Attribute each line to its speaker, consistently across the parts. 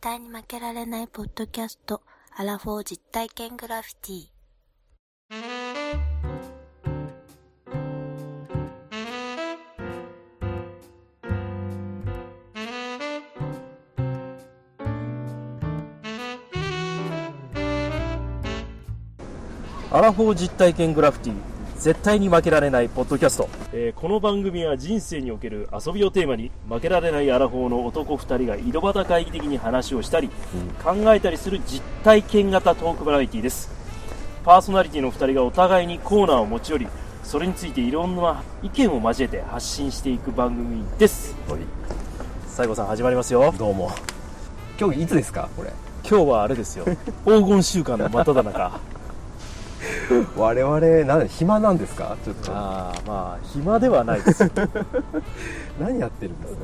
Speaker 1: 対に負けられないポッドキャスト、アラフォー実体験グラフィティ。
Speaker 2: アラフォー実体験グラフィティ絶対に負けられないポッドキャスト、えーこの番組は人生における遊びをテーマに負けられないアラフォーの男2人が井戸端会議的に話をしたり、考えたりする実体験型トークバラエティですパーソナリティの2人がお互いにコーナーを持ち寄りそれについていろんな意見を交えて発信していく番組です西郷さん始まりますよ
Speaker 3: どうも今日いつですかこれ
Speaker 2: 今日はあれ ですよ黄金週間の真ただ中
Speaker 3: 我々なん暇なんですかちょっと
Speaker 2: ああまあ暇ではないですよ
Speaker 3: 何やってるんですか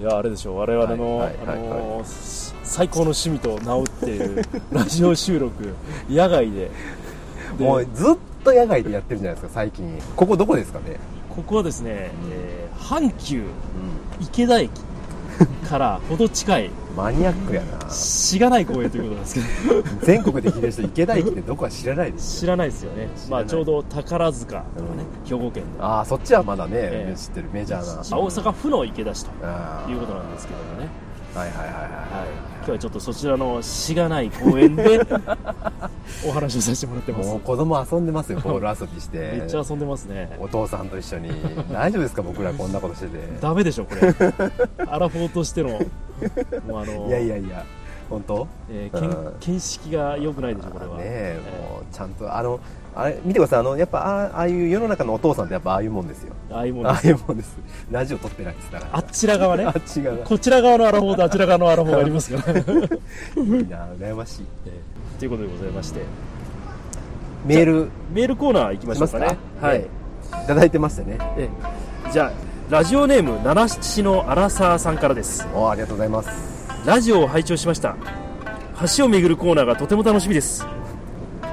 Speaker 2: いやあれでしょう我々の、
Speaker 3: はいはいはいはい
Speaker 2: あのーす最高の趣味と名を打ってい るラジオ収録野外でで
Speaker 3: もうずっと野外でやってるじゃないですか最近ここどこですかね、
Speaker 2: ここはですね、えー阪急池田駅からほど近い
Speaker 3: マニアックやな
Speaker 2: しがない公園ということなんです けど
Speaker 3: 全国で聞いてる人池田駅ってどこは知らないです
Speaker 2: 知らないですよね
Speaker 3: 知らない
Speaker 2: まあちょうど宝塚とかね、
Speaker 3: う
Speaker 2: 兵庫県の
Speaker 3: ああそっちはまだね、
Speaker 2: ええ
Speaker 3: 知ってるメジャーな
Speaker 2: あ大阪府の池田市と
Speaker 3: あー
Speaker 2: いうことなんですけどもね
Speaker 3: はいはいはい
Speaker 2: はい今日
Speaker 3: は
Speaker 2: はちょっとそちらのしがない公園で お話をさせてもらって
Speaker 3: い
Speaker 2: ます
Speaker 3: もう子供遊ん でますよボール遊びして
Speaker 2: めっちゃ遊んでますね
Speaker 3: お父さんと一緒に大丈夫ですか僕らこんなこと してて
Speaker 2: ダメでしょこれアラフォーとしてのもうあの
Speaker 3: いやいやいや本当
Speaker 2: えーけん
Speaker 3: うん
Speaker 2: 見識が良くないでしょこれは
Speaker 3: ねえもうちゃんとあのあれ見てくださいあのやっぱあああいう世の中のお父さんってやっぱああいうもんですよ
Speaker 2: ああいうもんで
Speaker 3: あ
Speaker 2: す
Speaker 3: あいうもんですラジオ撮ってないですだか
Speaker 2: あ
Speaker 3: ら
Speaker 2: っちら側ね
Speaker 3: あっちが
Speaker 2: こちら側のアラフォーとあちら側のアラフォーがあります から、えー
Speaker 3: いいな羨ましい
Speaker 2: ということでございまして
Speaker 3: メール
Speaker 2: メールコーナー行きまし
Speaker 3: し
Speaker 2: ょ
Speaker 3: ま
Speaker 2: う
Speaker 3: す
Speaker 2: か
Speaker 3: か
Speaker 2: ねはい
Speaker 3: ね、いただいてましたね
Speaker 2: えーじゃあラジオネーム七七のアラサーさんからです
Speaker 3: おありがとうございます
Speaker 2: ラジオを拝聴しました橋を巡るコーナーがとても楽しみです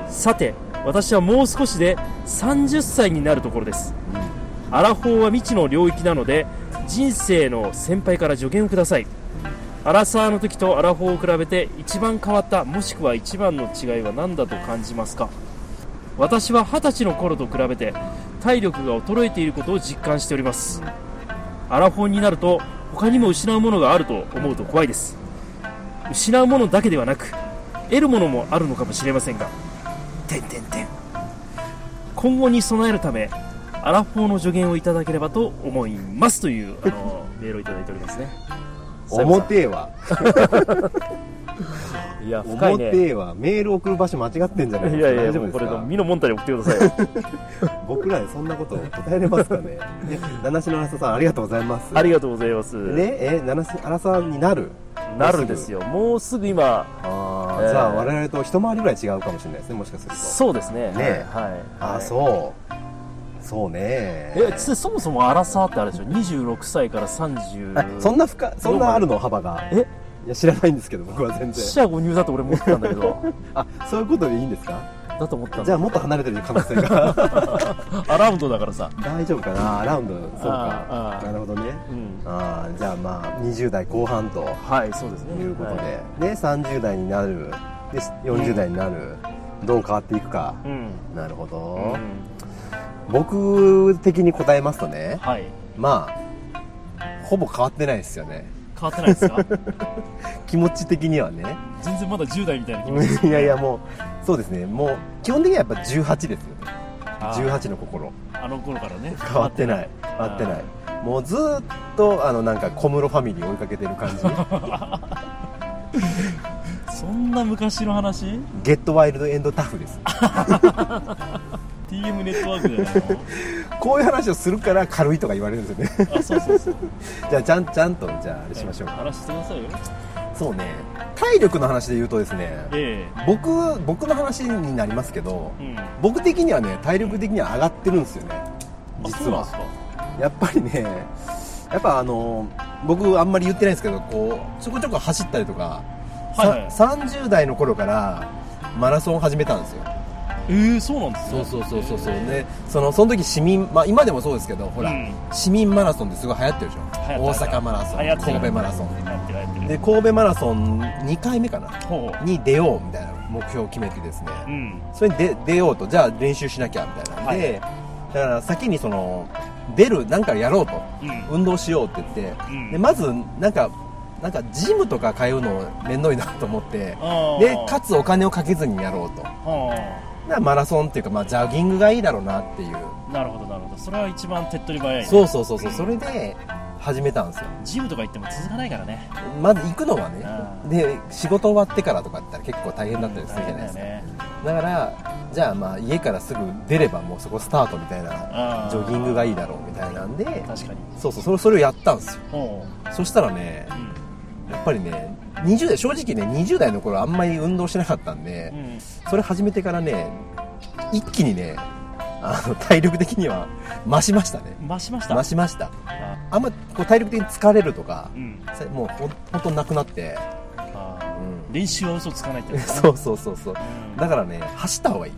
Speaker 2: さて私はもう少しで30歳になるところです、アラフォーは未知の領域なので人生の先輩から助言をくださいアラサーの時とアラフォーを比べて一番変わったもしくは一番の違いは何だと感じますか私は20歳の頃と比べて体力が衰えていることを実感しておりますアラフォーになると他にも失うものがあると思うと怖いです失うものだけではなく得るものもあるのかもしれませんが点点点今後に備えるためアラフォーの助言をいただければと思いますというあのメールをいただいておりますね
Speaker 3: 表はい
Speaker 2: や深いね
Speaker 3: 表はメール送る場所間違ってんじゃない
Speaker 2: い
Speaker 3: ですか
Speaker 2: やいや
Speaker 3: 大丈
Speaker 2: も
Speaker 3: 夫
Speaker 2: うこ
Speaker 3: です
Speaker 2: れの
Speaker 3: か
Speaker 2: 身のもんたに送ってくださ いよ
Speaker 3: 僕らでそんなこと答えれますかね いや七種の荒ささんありがとうございます
Speaker 2: ありがとうございます、
Speaker 3: ねえ七種荒さになる
Speaker 2: なるんですよもうすぐ今
Speaker 3: ああ、
Speaker 2: えー
Speaker 3: じゃあ我々と一回りぐらい違うかもしれないですねもしかすると
Speaker 2: そうですね
Speaker 3: ね
Speaker 2: はい
Speaker 3: あ
Speaker 2: は
Speaker 3: あ
Speaker 2: い
Speaker 3: そうそうね
Speaker 2: えつそもそもアラサーってあれでしょ26歳から
Speaker 3: あ
Speaker 2: 30
Speaker 3: そんな深そんなあるの幅が
Speaker 2: え
Speaker 3: いや知らないんですけど僕は全
Speaker 2: 四
Speaker 3: 然
Speaker 2: 捨五入だと俺思ってたんだけど
Speaker 3: あそういうことでいいんですか
Speaker 2: だと思ったん
Speaker 3: じゃ
Speaker 2: だ
Speaker 3: あもっと離れてる可能 性が
Speaker 2: アラウンドだからさ
Speaker 3: 大丈夫かなアラウンドそう
Speaker 2: あーあー
Speaker 3: かなるほどね
Speaker 2: うん
Speaker 3: ああじゃあまあ20代後半と
Speaker 2: はいそうですね
Speaker 3: いうことで、
Speaker 2: は
Speaker 3: で30代になるで40代になる、どう変わっていくか
Speaker 2: いうん
Speaker 3: なるほ
Speaker 2: う
Speaker 3: ど、
Speaker 2: ん
Speaker 3: 僕的に答えますとね
Speaker 2: はい
Speaker 3: まあほぼ変わってないですよね
Speaker 2: 変わってないですか
Speaker 3: 気持ち的にはね
Speaker 2: 全然まだ10代みたいな気持ち
Speaker 3: いやいやもうそうですねもう基本的にはやっぱ18ですよね
Speaker 2: あー
Speaker 3: 18の心
Speaker 2: あの頃からね
Speaker 3: 変わってない変わってないもうずーっとあのなんか小室ファミリー追いかけてる 感じ
Speaker 2: そんな昔の話
Speaker 3: ゲットワイルドエンドタフです
Speaker 2: TM ネットワークじゃない
Speaker 3: こういう話をするから軽いとか言われるんですよ ね
Speaker 2: のあそうそうそう
Speaker 3: じゃあちゃんちゃんとじゃああれしましょうか
Speaker 2: 話してくださいよ
Speaker 3: そうね体力の話で言うとですね
Speaker 2: え
Speaker 3: 僕僕の話になりますけど
Speaker 2: えうんあ
Speaker 3: 僕的にはね体力的には上がってるんですよね
Speaker 2: そ
Speaker 3: 実
Speaker 2: うなん
Speaker 3: は
Speaker 2: ですか
Speaker 3: やっぱりねやっぱあの僕あんまり言ってないんですけどこうちょこちょこ走ったりとか、
Speaker 2: はいはい
Speaker 3: さ30代の頃からマラソンを始めたんですよ
Speaker 2: えー、そうなんです
Speaker 3: そう
Speaker 2: ね
Speaker 3: そうそうそうそうでそのその時市民まあ今でもそうですけどほら、
Speaker 2: うん
Speaker 3: 市民マラソンってすごい流行ってるでしょ
Speaker 2: 流行ってる
Speaker 3: 大阪マラソ
Speaker 2: 流行って
Speaker 3: ン
Speaker 2: る
Speaker 3: 神戸マラソン
Speaker 2: やってるやってる
Speaker 3: で神戸マラソン2回目かな
Speaker 2: ほう
Speaker 3: に出ようみたいな目標を決めてですね、
Speaker 2: うん
Speaker 3: それに出出ようとじゃあ練習しなきゃみたいなんで、だから先にその出るなんかやろうと
Speaker 2: うん
Speaker 3: 運動しようって言って、
Speaker 2: うん
Speaker 3: でまずなんかなんかジムとか通うの面倒いなと思って
Speaker 2: あー
Speaker 3: でかつお金をかけずにやろうとだか
Speaker 2: は
Speaker 3: らマラソンっていうか、まあ、ジャギングがいいだろうなっていう
Speaker 2: あなるほどなるほどそれは一番手っ取り早いね
Speaker 3: そうそうそうそうそれで始めたんですよ
Speaker 2: ジムとか行っても続かないからね
Speaker 3: まず行くのは
Speaker 2: う
Speaker 3: ねで仕事終わってからとかだったら結構大変だったりするじゃないですか、
Speaker 2: ね
Speaker 3: だからじゃあまあ家からすぐ出ればもうそこスタートみたい
Speaker 2: あ
Speaker 3: な
Speaker 2: ー
Speaker 3: ジョギングがいいだろうみたいなんで
Speaker 2: 確かに
Speaker 3: そうそうそれそれをやったんですよ
Speaker 2: ほ
Speaker 3: そしたらね
Speaker 2: ううん
Speaker 3: やっぱりね20代正直ね20代の頃あんまり運動しなかったんで
Speaker 2: うん
Speaker 3: それ始めてからね一気にねあの体力的には増しましたね
Speaker 2: 増しました
Speaker 3: 増しました
Speaker 2: あ
Speaker 3: あんまこう体力的に疲れるとか
Speaker 2: うん
Speaker 3: さもうほんほんとなくなって、
Speaker 2: あー
Speaker 3: うん、
Speaker 2: 練習は嘘つかないってやつだな
Speaker 3: そうそうそうそう
Speaker 2: うん
Speaker 3: だからね走った方がいい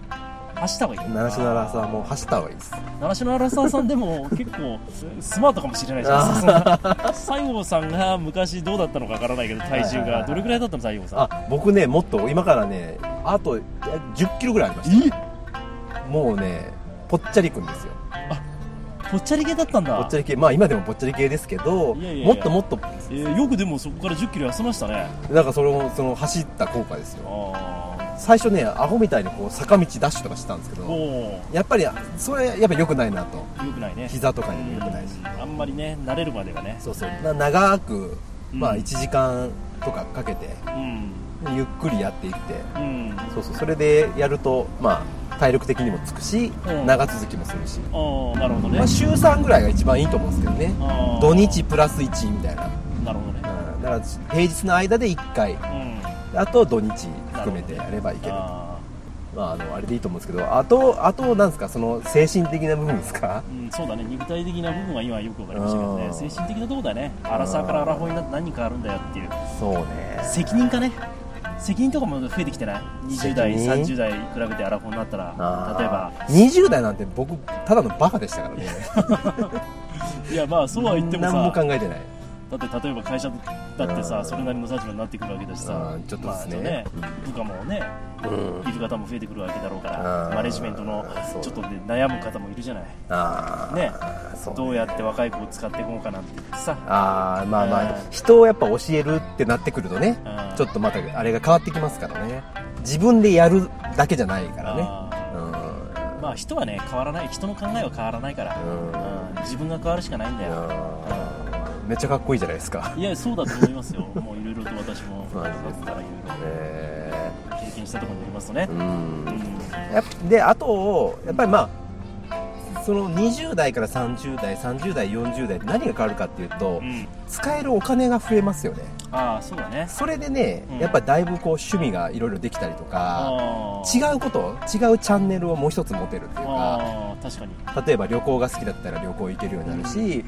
Speaker 2: 走った方がいい
Speaker 3: 七種の荒沢も走った方がいいです
Speaker 2: 習志野荒沢さんでも結構スマートかもしれないじゃないですかそんな西郷さんが昔どうだったのかわからないけど体重
Speaker 3: はいはいは
Speaker 2: が
Speaker 3: い
Speaker 2: どれぐらいだったの西郷さん
Speaker 3: あ僕ねもっと今からねあと1 0キロぐらいありまし
Speaker 2: え
Speaker 3: たもうねぽっちゃりくんですよ
Speaker 2: ぽっちゃり系だったんだ
Speaker 3: ぽっちゃり系まあ今でもぽっちゃり系ですけど
Speaker 2: いやいやいや
Speaker 3: もっともっと
Speaker 2: えーよくでもそこから1 0キロ痩せましたね
Speaker 3: なんかそのその走った効果ですよ
Speaker 2: あ
Speaker 3: 最初ねアホみたいにこう坂道ダッシュとかしてたんですけ
Speaker 2: あ
Speaker 3: ど
Speaker 2: も
Speaker 3: やっぱりそれやっぱ良くないなと
Speaker 2: うよくないね
Speaker 3: 膝とかにも良くないし
Speaker 2: うんあんまりね慣れるまではね
Speaker 3: そうそうな長くまあ
Speaker 2: うん
Speaker 3: 1時間とかかけて
Speaker 2: うん
Speaker 3: ゆっくりやっていって
Speaker 2: うん
Speaker 3: そうそうそれでやるとまあ体力的にもつくし
Speaker 2: うん
Speaker 3: 長続きもするし
Speaker 2: ああなるほどね
Speaker 3: まあ、週3ぐらいが一番いいと思うんですけどね
Speaker 2: あー
Speaker 3: 土日プラス1みたいな、
Speaker 2: なるほどね
Speaker 3: うん、だから平日の間で1回
Speaker 2: うん
Speaker 3: あと土日含めてやればいいける
Speaker 2: あ
Speaker 3: まあ、あのあれでいいと思うんですけどあとあとなんですかその精神的な部分ですか
Speaker 2: ーうん、そうだね肉体的な部分は今よくわかりましたけど
Speaker 3: う
Speaker 2: ね
Speaker 3: ん
Speaker 2: 精神的なとこだね荒沢から荒法になって何人かあるんだよっていう
Speaker 3: そうね
Speaker 2: 責任かね責任とかも増えてきてない20代
Speaker 3: 責任
Speaker 2: 30代比べてアラフォーになったら例えば
Speaker 3: 20代なんて僕ただのバカでしたからね
Speaker 2: いやまあそうは言っても
Speaker 3: 何も考
Speaker 2: さ
Speaker 3: えてない
Speaker 2: だって例えば会社だって
Speaker 3: う
Speaker 2: さ
Speaker 3: ん
Speaker 2: それなりの立場になってくるわけだしさ
Speaker 3: うんちょっとですね
Speaker 2: まあね部下もね
Speaker 3: うん
Speaker 2: いる方も増えてくるわけだろうか
Speaker 3: うん
Speaker 2: らマネジメントの
Speaker 3: そう
Speaker 2: ちょっとね悩む方もいるじゃない
Speaker 3: ああ
Speaker 2: ね
Speaker 3: そう
Speaker 2: どうやって若い子を使っていこうかなって言ってさ
Speaker 3: ああまあまあ、
Speaker 2: うん
Speaker 3: 人をやっぱ教えるってなってくるとね、
Speaker 2: うん
Speaker 3: ちょっとまたあれが変わってきますからね自分でやるだけじゃないからね
Speaker 2: あ
Speaker 3: うん
Speaker 2: ーまあ人はね変わらない人の考えは変わらないから
Speaker 3: うん
Speaker 2: うん自分が変わるしかないんだ
Speaker 3: い
Speaker 2: よ
Speaker 3: やーめっちゃかっこいいじゃないですか
Speaker 2: いやそうだと思いますよもういろいろと私 も
Speaker 3: そうですね
Speaker 2: 学からいろ
Speaker 3: え
Speaker 2: いろ経験したところによりますとね
Speaker 3: ー、うん
Speaker 2: う
Speaker 3: やっぱであとやっぱりまあその20代から30代30代40代って何が変わるかっていうと、
Speaker 2: ん、うん
Speaker 3: 使えるお金が増えますよね
Speaker 2: ああそうだね
Speaker 3: それでね、
Speaker 2: うん
Speaker 3: やっぱだいぶこう趣味がいろいろできたりとか
Speaker 2: あ
Speaker 3: 違
Speaker 2: う
Speaker 3: うこと違うチャンネルをもう一つ持てるっていうか
Speaker 2: あー確かに
Speaker 3: 例えば旅行が好きだったら旅行行けるようになるし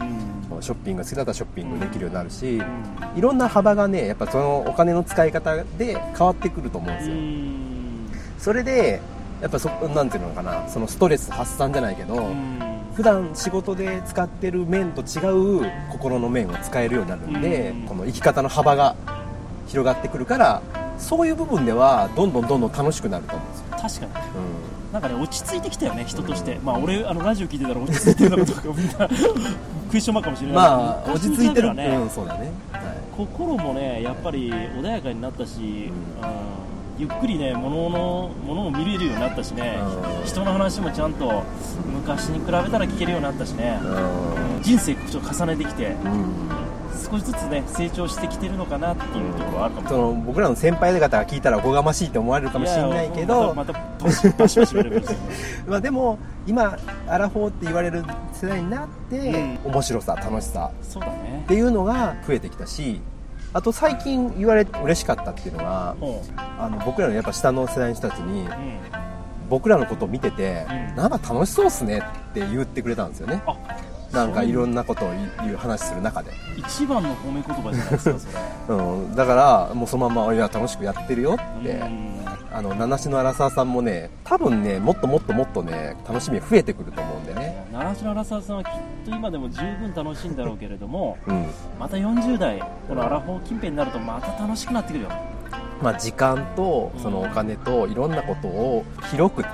Speaker 2: う、ん
Speaker 3: ショッピングが好きだったらショッピングできるようになるし、
Speaker 2: う
Speaker 3: いろんな幅がねやっぱそのお金の使い方で変わってくると思うんですよ、
Speaker 2: ん
Speaker 3: それでやっぱそなんていうのかなそのストレス発散じゃないけど、
Speaker 2: うん
Speaker 3: 普段仕事で使ってる面と違う心の面を使えるようになるんで、
Speaker 2: うん
Speaker 3: この生き方の幅が広がってくるからそういう部分ではどんどんどんどん楽しくなると思うんですよ、
Speaker 2: 確かになんかね落ち着いてきたよね人として、まあ俺あのラジオ聞いてたら落ち着いてるのかどうかみんな クエスチョンマークかもしれなん
Speaker 3: う
Speaker 2: い
Speaker 3: まあ落ち着いてる
Speaker 2: からね、
Speaker 3: うんそうだね、は
Speaker 2: 心もねやっぱり穏やかになったし、うんゆっくりね物の物を見れるようになったしね、
Speaker 3: うん
Speaker 2: 人の話もちゃんと昔に比べたら聞けるようになったしね、
Speaker 3: い
Speaker 2: 人生ちょっと重ねてきて
Speaker 3: うん
Speaker 2: 少しずつね成長してきてるのかなっていうところはあるかもしれない
Speaker 3: その僕らの先輩方が聞いたらおこがましいって思われるかもしれないけど
Speaker 2: やまたまたバシバシバシバシバシバシ
Speaker 3: まあ、でも今アラフォーって言われる世代になって、
Speaker 2: う
Speaker 3: 面白さ楽しさ
Speaker 2: そうだね
Speaker 3: っていうのが増えてきたしあと最近言われて嬉しかったっていうのは
Speaker 2: ほ
Speaker 3: あの僕らのやっぱ下の世代の人たちに
Speaker 2: う、うん、
Speaker 3: 僕らのことを見てて、
Speaker 2: うん
Speaker 3: なんか楽しそうっすねって言ってくれたんですよね
Speaker 2: あ
Speaker 3: なんかいろんなことを言う話する中で、
Speaker 2: 一番の褒め言葉じゃないですかそれ
Speaker 3: うん、だからもうそのまま「いや楽しくやってるよ」って
Speaker 2: うん
Speaker 3: あの七種の荒沢さんもね多分ねもっともっともっとね楽しみ増えてくると思うんでね
Speaker 2: 奈良市の荒沢さんはきっと今でも十分楽しいんだろうけれども
Speaker 3: うん
Speaker 2: また40代このアラフォー近辺になるとまた楽しくなってくるよ
Speaker 3: まあ時間とそのお金といろんなことを広く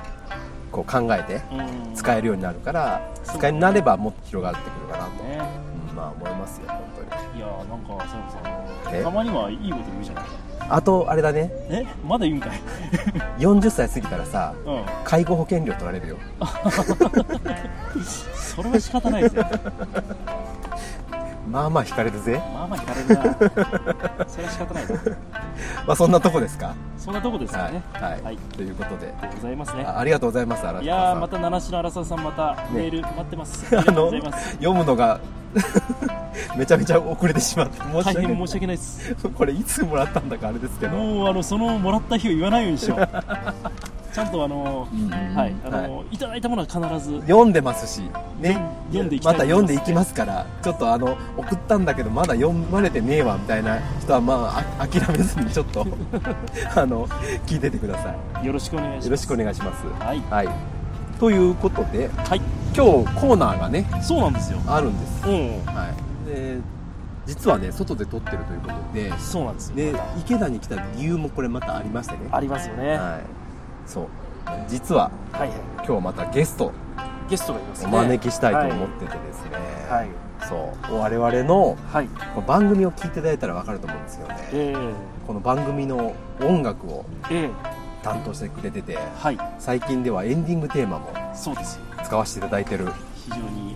Speaker 3: こう考えて
Speaker 2: うん
Speaker 3: 使えるようになるから使いになればもっと広がってくるかなと、
Speaker 2: ね
Speaker 3: うんまあ思いますよ本当に
Speaker 2: いやーなんかそうそう
Speaker 3: え
Speaker 2: たまにはいいこと言うじゃないか
Speaker 3: あとあれだね
Speaker 2: えまだ言うんかい
Speaker 3: 40歳過ぎたらさ
Speaker 2: うん
Speaker 3: 介護保険料取られるよ
Speaker 2: それは仕方ないですね
Speaker 3: まあまあ引かれ るぜ
Speaker 2: まあまあ引かれるなそれは仕方ないな
Speaker 3: まあそんなとこですか
Speaker 2: そんなとこですか
Speaker 3: はい、
Speaker 2: ね
Speaker 3: はい
Speaker 2: はい
Speaker 3: ということで
Speaker 2: ございますね
Speaker 3: あありがとうございます荒川さん
Speaker 2: いやーまた七種の荒沢さんまたメール待ってます、あり
Speaker 3: あ
Speaker 2: がとうご
Speaker 3: の
Speaker 2: ざいます
Speaker 3: 読むのが めちゃめちゃ遅れてしまって申し
Speaker 2: 大
Speaker 3: 訳
Speaker 2: 変
Speaker 3: な
Speaker 2: 申
Speaker 3: い
Speaker 2: し訳ないです
Speaker 3: これいつもらったんだかあれですけど
Speaker 2: もうあのそのもらった日を言わないように しようちゃんとあの
Speaker 3: うんうんうん
Speaker 2: はいあの、い、ただいたものは必ず
Speaker 3: 読んでますしね
Speaker 2: 読んでいきた
Speaker 3: ま
Speaker 2: い
Speaker 3: た読んでいきますからちょっとあの送ったんだけどまだ読まれてねえわみたいな人はまああ諦めずにちょっと あの聞いててくださ
Speaker 2: よろしくお願いしま
Speaker 3: い
Speaker 2: す
Speaker 3: よろしくお
Speaker 2: い
Speaker 3: 願いします
Speaker 2: はい、
Speaker 3: はいということで
Speaker 2: はい、
Speaker 3: 今日コーナーがね
Speaker 2: そうなんですよ
Speaker 3: あるんです
Speaker 2: うん
Speaker 3: はいで実はね外で撮ってるということで
Speaker 2: そうなんですよ
Speaker 3: で池田に来た理由もこれまたありましてね
Speaker 2: ありますよね、は
Speaker 3: はいそう実はい
Speaker 2: はい
Speaker 3: 今日またゲスト
Speaker 2: ゲストがいます
Speaker 3: お
Speaker 2: ね
Speaker 3: 招きしたいと思っててですね、
Speaker 2: はい
Speaker 3: そう我々の
Speaker 2: はい、はい、
Speaker 3: この番組を聞いていただいたら分かると思うんですよね
Speaker 2: えー、
Speaker 3: この番組の音楽を
Speaker 2: えー、
Speaker 3: 担当してくれてて
Speaker 2: はい
Speaker 3: 最近ではエンディングテーマも
Speaker 2: そうですよ
Speaker 3: 使わせていただいてる
Speaker 2: 非常に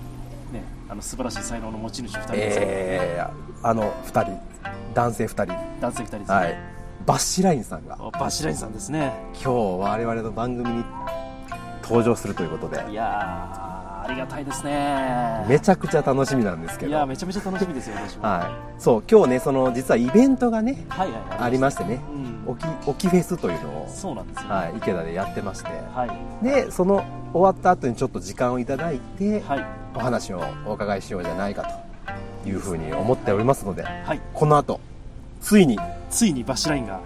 Speaker 2: ねあの素晴らしい才能の持ち主2人ですね、
Speaker 3: えー、あの2人男性2
Speaker 2: 男性2人です
Speaker 3: 人
Speaker 2: ね、
Speaker 3: はいバッシュラインさんが
Speaker 2: あバシラインさんですね
Speaker 3: 今日我々の番組に登場するということで
Speaker 2: いやーありがたいですね
Speaker 3: めちゃくちゃ楽しみなんですけ
Speaker 2: い
Speaker 3: ど
Speaker 2: やーめちゃめちゃ楽しみですよ私も
Speaker 3: はい、そう今日ねその実はイベントがね
Speaker 2: はいはい
Speaker 3: ありましてね
Speaker 2: うん
Speaker 3: 沖沖フェスというのを、
Speaker 2: そうなんですよ、
Speaker 3: はい、池田でやってまして
Speaker 2: はい
Speaker 3: でその終わった後にちょっと時間をいただいて、
Speaker 2: はい
Speaker 3: お話をお伺いしようじゃないかというふうに思っておりますので
Speaker 2: はい
Speaker 3: この後ついに
Speaker 2: ついにバシラインが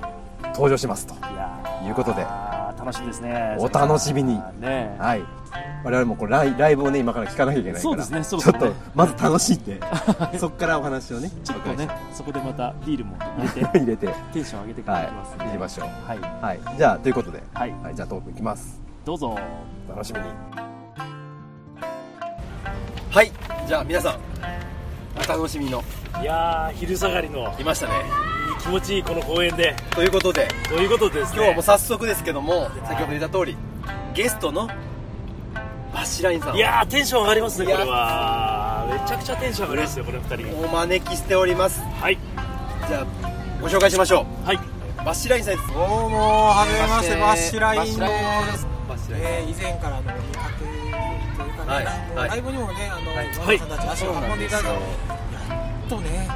Speaker 3: 登場しますと
Speaker 2: いやー
Speaker 3: いうことで
Speaker 2: あー楽しみですね
Speaker 3: お楽しみに
Speaker 2: ね
Speaker 3: はい我々もこうライライブをね今から聞かなきゃいけないから
Speaker 2: そうですねそうですね
Speaker 3: ちょっとまず楽しんでそっからお話をね
Speaker 2: ちょっとね
Speaker 3: お伺いし
Speaker 2: そこでまたビールも入れて
Speaker 3: 入れて
Speaker 2: テンション上げてからいきます、
Speaker 3: はい行きましょう
Speaker 2: はい
Speaker 3: はいじゃあということで、
Speaker 2: はい
Speaker 3: はい、じゃあトークいきます
Speaker 2: どうぞ
Speaker 3: 楽しみにはいじゃあ皆さんお楽しみの
Speaker 2: いやー昼下がりの
Speaker 3: いましたね
Speaker 2: 気持ちいいこの公園で
Speaker 3: ということで
Speaker 2: ということでですね
Speaker 3: 今日はもう早速ですけども先ほど言った通りゲストのバシラインさんを
Speaker 2: いやーテンション上がりますね
Speaker 3: いや
Speaker 2: これはめちゃくちゃテンション上がりますよこの2人
Speaker 3: お招きしております
Speaker 2: はい
Speaker 3: じゃあご紹介しましょ
Speaker 2: はい、
Speaker 3: うバシラインさんです
Speaker 4: どうもはじめましてバッシュラインの、
Speaker 3: バシライン
Speaker 4: えー以前からの見かけというかね、
Speaker 3: はい
Speaker 4: あの
Speaker 3: はい
Speaker 4: ライブにもねあの、
Speaker 3: はい
Speaker 4: ワンさんたち足を運んでいただいたのでやっとね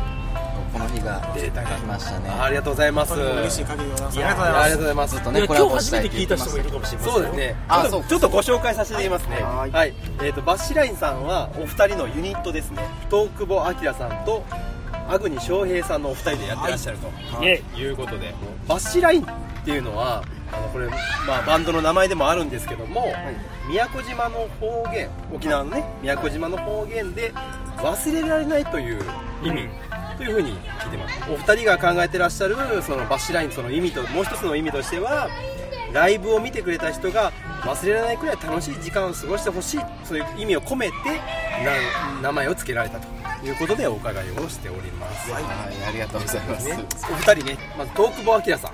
Speaker 5: この日が出ましたね。
Speaker 3: ありがとうございます
Speaker 4: 本当に嬉しい限りでございます
Speaker 3: いやありがとうございます
Speaker 5: ずっと
Speaker 2: い
Speaker 5: ね、
Speaker 2: や
Speaker 5: コ
Speaker 2: 今
Speaker 5: ラ
Speaker 2: 日
Speaker 5: ボし
Speaker 2: 初
Speaker 5: た
Speaker 2: めて
Speaker 5: いっ
Speaker 2: 聞
Speaker 5: て言
Speaker 2: い
Speaker 5: って
Speaker 2: た
Speaker 5: ま
Speaker 2: 人もい
Speaker 5: した
Speaker 2: る
Speaker 5: ね
Speaker 2: かもしれません
Speaker 3: そうですね
Speaker 5: あ
Speaker 3: ちょっと
Speaker 5: そう
Speaker 3: ちょっとご紹介させていただきますねは
Speaker 5: はいい、
Speaker 3: えー、とバシラインさんはお二人のユニットですね東久保明さんとアグニ翔平さんのお二人でやってらっしゃると、
Speaker 2: イエ
Speaker 3: いうことでバッシュラインっていうのはあのこれ、まあ、バンドの名前でもあるんですけども、宮古島の方言沖縄のね宮古島の方言で忘れられないという意味、というふうに聞いてますお二人が考えてらっしゃるそのバッシュラインその意味ともう一つの意味としてはライブを見てくれた人が忘れられないくらい楽しい時間を過ごしてほしいそういう意味を込めてな名前を付けられたということでお伺いをしております、
Speaker 5: はい、ありがとうございます。
Speaker 3: ね、お二人ね、まず東久保明さん、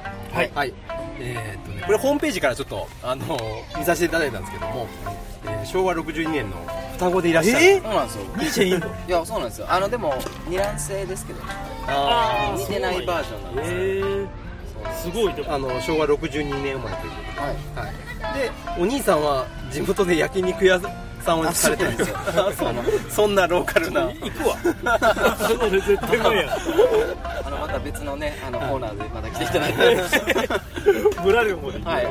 Speaker 3: はい、えーっとね、これ、ホームページからちょっと、あの見させていただいたんですけども、えー昭和62年の双子でいらっしゃる、
Speaker 5: そうなんですよ。
Speaker 3: ニーチェインド、
Speaker 5: いや、そうなんですよ。あの、でも、二卵性ですけど、ね、
Speaker 3: あ
Speaker 5: ー
Speaker 3: ー似てないバージョンなんですよ
Speaker 2: えすごいでも
Speaker 3: あの昭和62年生まれというこ
Speaker 5: はい。
Speaker 3: とで、はい、でお兄さんは地元で焼肉屋さんをされてるんですよ、 あそうそんなローカルな、行くわ、
Speaker 2: それ絶対無理や
Speaker 5: あの、また別のね、あの、コーナーでまた来ていただいて。
Speaker 2: ブラルもで
Speaker 5: はい。あ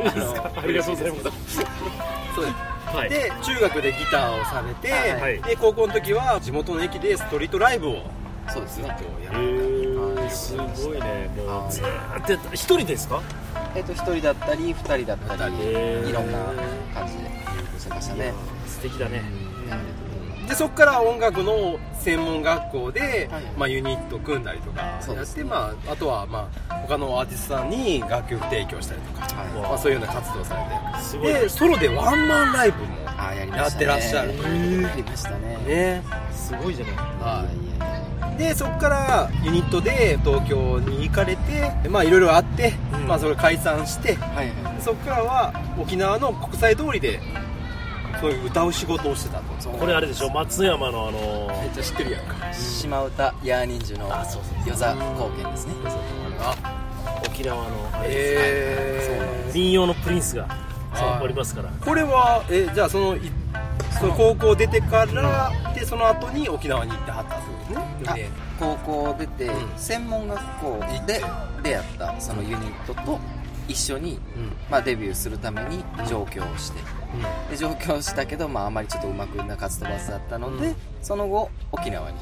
Speaker 2: あ
Speaker 5: の、
Speaker 2: りがとうございます
Speaker 3: そうです
Speaker 2: はい
Speaker 3: で中学でギターをされて、
Speaker 2: はい
Speaker 3: で高校の時は地元の駅でストリートライブを
Speaker 5: そうですね。
Speaker 2: えーすごいねもうずーっとやった一人ですか
Speaker 5: えっと、一人だったり、二人だったり、
Speaker 2: へー
Speaker 5: いろんな感じで寄せましたね。
Speaker 2: 素敵だね
Speaker 3: でそこから音楽の専門学校で、
Speaker 5: はい
Speaker 3: まあ、ユニット組んだりとかやって、
Speaker 5: そうです
Speaker 3: まあ、あとは、まあ、他のアーティストさんに楽曲提供したりとか、
Speaker 5: はい
Speaker 3: まあ、そういうような活動をさ
Speaker 2: す
Speaker 3: れ
Speaker 2: ごい
Speaker 3: てでソロでワンマンライブも
Speaker 5: あーやりましたね。
Speaker 3: やってらっしゃると
Speaker 5: やりましたね。
Speaker 3: ね
Speaker 2: すごいじゃない
Speaker 3: はい
Speaker 5: やいやいや
Speaker 3: でそこからユニットで東京に行かれてまあいろいろあって、
Speaker 2: うん
Speaker 3: まあ、それ解散して
Speaker 5: はいはい。
Speaker 3: そこからは沖縄の国際通りでそういう歌う仕事をしてたと
Speaker 2: いこれあれでしょ松山のあの
Speaker 3: めっちゃ知ってるやんか
Speaker 5: 島唄ヤーニンジュの夜座貢献ですね。
Speaker 3: あ
Speaker 2: 沖縄のあれです
Speaker 3: ええ
Speaker 2: 民謡のプリンスが
Speaker 3: はい
Speaker 2: おりますから
Speaker 3: これはえじゃあそのいその高校出てから、でその後に沖縄に行ってはったってこと
Speaker 5: あ
Speaker 3: ですね
Speaker 5: 高校出て、
Speaker 3: うん
Speaker 5: 専門学校で出会ったそのユニットと一緒に、
Speaker 3: うんうん
Speaker 5: まあ、デビューするために上京をして、で上京したけど、まあ、あまりちょっとうまくいかな活動バスだったので、
Speaker 3: うん
Speaker 5: その後沖縄に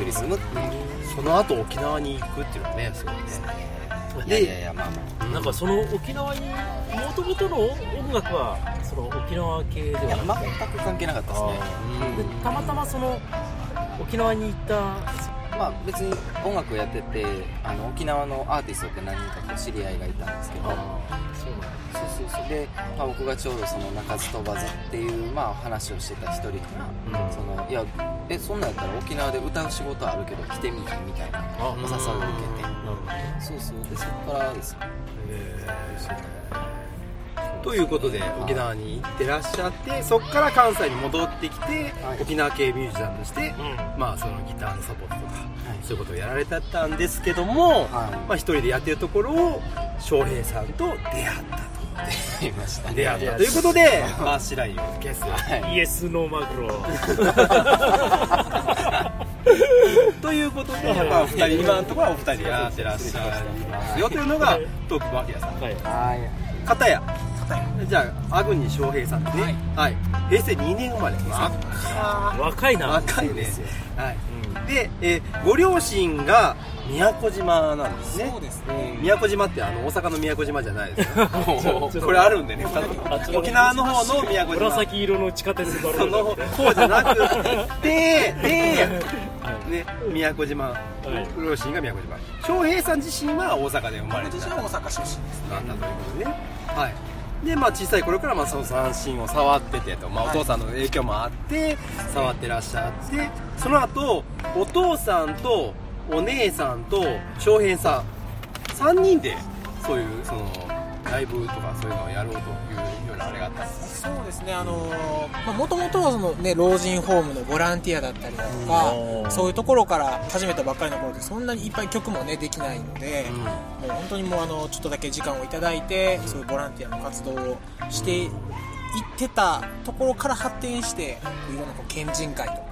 Speaker 5: 移り住むっていう、
Speaker 3: その後沖縄に行くっていうのはねすごいね
Speaker 5: いやいやいやまあま
Speaker 2: なんかその沖縄にもともとの音楽はその沖縄系で
Speaker 5: あいや
Speaker 2: はなくて
Speaker 5: 全く関係なかったですね
Speaker 2: でたまたまその沖縄に行った
Speaker 5: まあ別に音楽をやっててあの沖縄のアーティストって何人かこう知り合いがいたんですけど
Speaker 2: そうなんだ
Speaker 5: そうそうそうで、まあ、僕がちょうどその鳴かず飛ばずっていう、まあ、話をしてた一人から、
Speaker 2: うん
Speaker 5: そのいやえそんなんやったら沖縄で歌う仕事あるけど来てみひんみたいなお誘いを
Speaker 2: なるほ
Speaker 5: 受けて
Speaker 2: ど
Speaker 5: そうそうでそこからですね
Speaker 3: ということで沖縄に行ってらっしゃってそこから関西に戻ってきて、
Speaker 5: はい
Speaker 3: 沖縄系ミュージシャンとして、
Speaker 2: うん
Speaker 3: まあそのギターのサポートとか、そういうことをやられてたんですけども、
Speaker 5: は
Speaker 3: まあ一人でやってるところを翔平さんと出会った
Speaker 5: いいました
Speaker 3: と
Speaker 5: ね
Speaker 3: 出会ったということでバーシラインをゲスト
Speaker 5: はい
Speaker 2: イエスノーマグロ
Speaker 3: ということで、まあ、二人今のところはお二人やってらっしゃいますよというのがトークマフィアさん
Speaker 2: はい
Speaker 5: はい
Speaker 3: 片やじゃあアグニ翔平さんですねはい、平成2年生まれ若
Speaker 2: 若いな
Speaker 3: 若いです
Speaker 5: よ
Speaker 3: はい
Speaker 2: うん
Speaker 3: で、えーご両親が宮古島なんですね
Speaker 4: そうですね
Speaker 3: 宮古島ってあの大阪の宮古島じゃないです よ
Speaker 2: ょちょ
Speaker 3: これあるんでね
Speaker 2: あちょっと
Speaker 3: 沖縄の方の宮古島
Speaker 2: 紫色の地下鉄バ
Speaker 3: そ
Speaker 2: ル
Speaker 3: の
Speaker 2: ーン
Speaker 3: 方じゃなくてで、ね、宮古島、
Speaker 2: い
Speaker 3: ご両親が宮古島翔平さん自身は大阪で生まれて
Speaker 4: 私
Speaker 3: た
Speaker 4: は大阪出身です
Speaker 3: なんだということでね、はい、で、まあ、小さい頃からまあその三振を触っててと、まあ、お父さんの影響もあって触ってらっしゃってその後お父さんとお姉さんと翔平さん3人でそういうそのライブとかそういうのをやろうというようなあれがあったんです
Speaker 4: そうですね、あのーまあ、もともとはその、ね、老人ホームのボランティアだったりだと
Speaker 2: うん
Speaker 4: か、そういうところから始めたばっかりの頃で、そんなにいっぱい曲もね、できないので、もう本当にもうあの、ちょっとだけ時間をいただいて、そういうボランティアの活動をしていってたところから発展して、いろんなこう県人会とかね、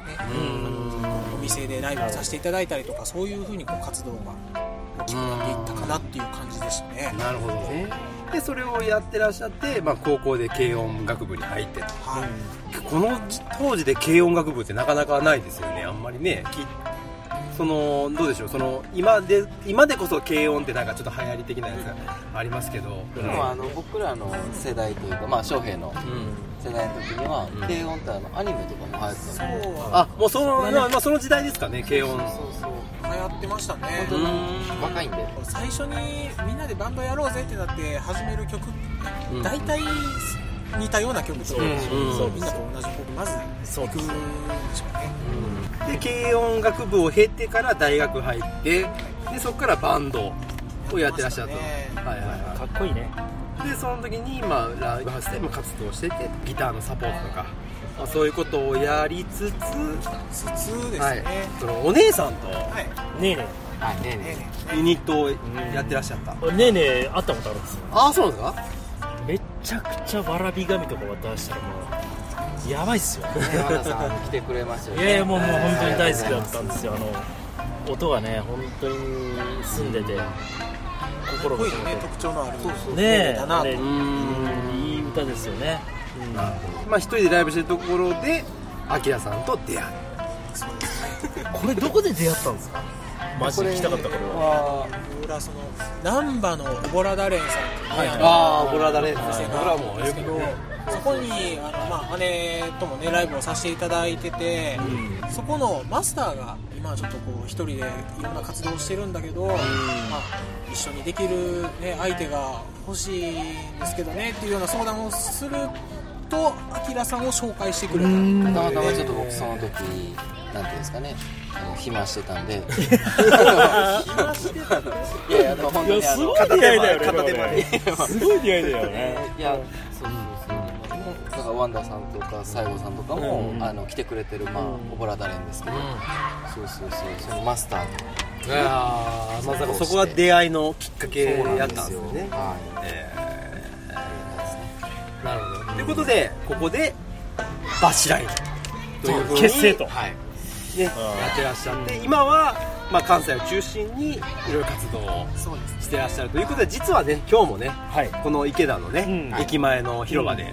Speaker 4: お店でライブをさせていただいたりとか、そういうふうにこう活動が大きくなっていったかなっていう感じでしたね。
Speaker 3: なるほどねでそれをやってらっしゃって、まあ、高校で軽音楽部に入って
Speaker 4: はい
Speaker 3: この当時で軽音楽部ってなかなかないですよねあんまりねきそのどうでしょうその今で今でこそ軽音ってなんかちょっと流行り的なやつがありますけど、
Speaker 5: でもあの僕らの世代というかまあ翔平の世代の時には
Speaker 3: ん
Speaker 5: 軽音ってあのアニメとかも流行ってたので
Speaker 3: あもうその,、まあまあその時代ですかね軽音
Speaker 5: そうそう
Speaker 4: 流行ってましたね
Speaker 5: 本当に若い んで
Speaker 4: 最初にみんなでバンドやろうぜってなって始める曲、大体似たような曲と、
Speaker 3: うん
Speaker 4: そうみんなと同じ曲まず
Speaker 2: そう
Speaker 4: 行くんでしょう
Speaker 3: で
Speaker 4: ね
Speaker 3: 軽音楽部を経てから大学入ってでそこからバンドをやってらっしゃった、はいはいはい
Speaker 2: かっこいいね
Speaker 3: でその時に、まあ、ライブハウスでも活動しててギターのサポートとか、まあ、そういうことをやりつつ、
Speaker 4: 普通ですね、
Speaker 3: はい、そのお姉さんと
Speaker 4: はい
Speaker 2: ねえね
Speaker 5: はいねえね
Speaker 4: ね
Speaker 3: ユニットをやってらっしゃった、
Speaker 2: えねえねえ会ったことあるんですよ
Speaker 3: ああそうなんですか
Speaker 2: めちゃくちゃわらび紙とか渡したらもうやばいっすよ
Speaker 5: え山田さん来てくれましたよ
Speaker 2: い
Speaker 5: ね
Speaker 2: やいやもうもう本当に大好きだったんですよあの音がね本当に澄んでて心
Speaker 4: 濃
Speaker 2: が
Speaker 4: いね特徴のある
Speaker 2: ねえ
Speaker 4: だ
Speaker 2: あ
Speaker 4: なと
Speaker 2: れ
Speaker 3: うーん
Speaker 2: いい歌ですよね
Speaker 3: まあ一人でライブしてるところでアキラさんと出会う
Speaker 2: これどこで出会ったんですかマジで行きたかったこれは
Speaker 4: あ僕らその難波のオボラダレンさんっていうね、あの
Speaker 3: ああ、ボラだね。ボ
Speaker 4: お店
Speaker 3: ラ
Speaker 4: がある
Speaker 3: も
Speaker 4: ん
Speaker 3: う
Speaker 4: ですけど、そこにあの、まあ、姉ともねライブをさせていただいてて、そこのマスターが今はちょっとこう一人でいろんな活動をしてるんだけど、まあ、一緒にできる、ね、相手が欲しいんですけどねっていうような相談をするとアキラさんを紹介してくれた
Speaker 5: たまたまちょっと僕その時なんていうんですかねあの暇してたん で暇してたのいやいやでも本当にあの
Speaker 2: い似合いだよね
Speaker 3: 片手間で
Speaker 2: 今ねすごい似合いだよね
Speaker 5: いやそうそうそうだからワンダさんとか西郷さんとかも、あの来てくれてるまあオボラダレンですけど、そうそうそうそのマスター
Speaker 3: いやーまさか
Speaker 5: そうして
Speaker 3: そこが出会いのきっかけ
Speaker 5: そう
Speaker 3: だっ
Speaker 5: なんで
Speaker 3: たん
Speaker 5: す
Speaker 3: で
Speaker 5: よ
Speaker 3: すね。
Speaker 5: はい
Speaker 3: なるほど。ということで、ここで、バシラインというふうに
Speaker 2: 結成と
Speaker 5: はい
Speaker 3: ね、やってらっしゃって、今は、まあ、関西を中心にいろいろ活動を
Speaker 4: そうです
Speaker 3: してらっしゃるということで、実はね、今日もね、
Speaker 2: はい
Speaker 3: この池田のね、
Speaker 2: うん
Speaker 3: 駅前の広場で、
Speaker 5: はい、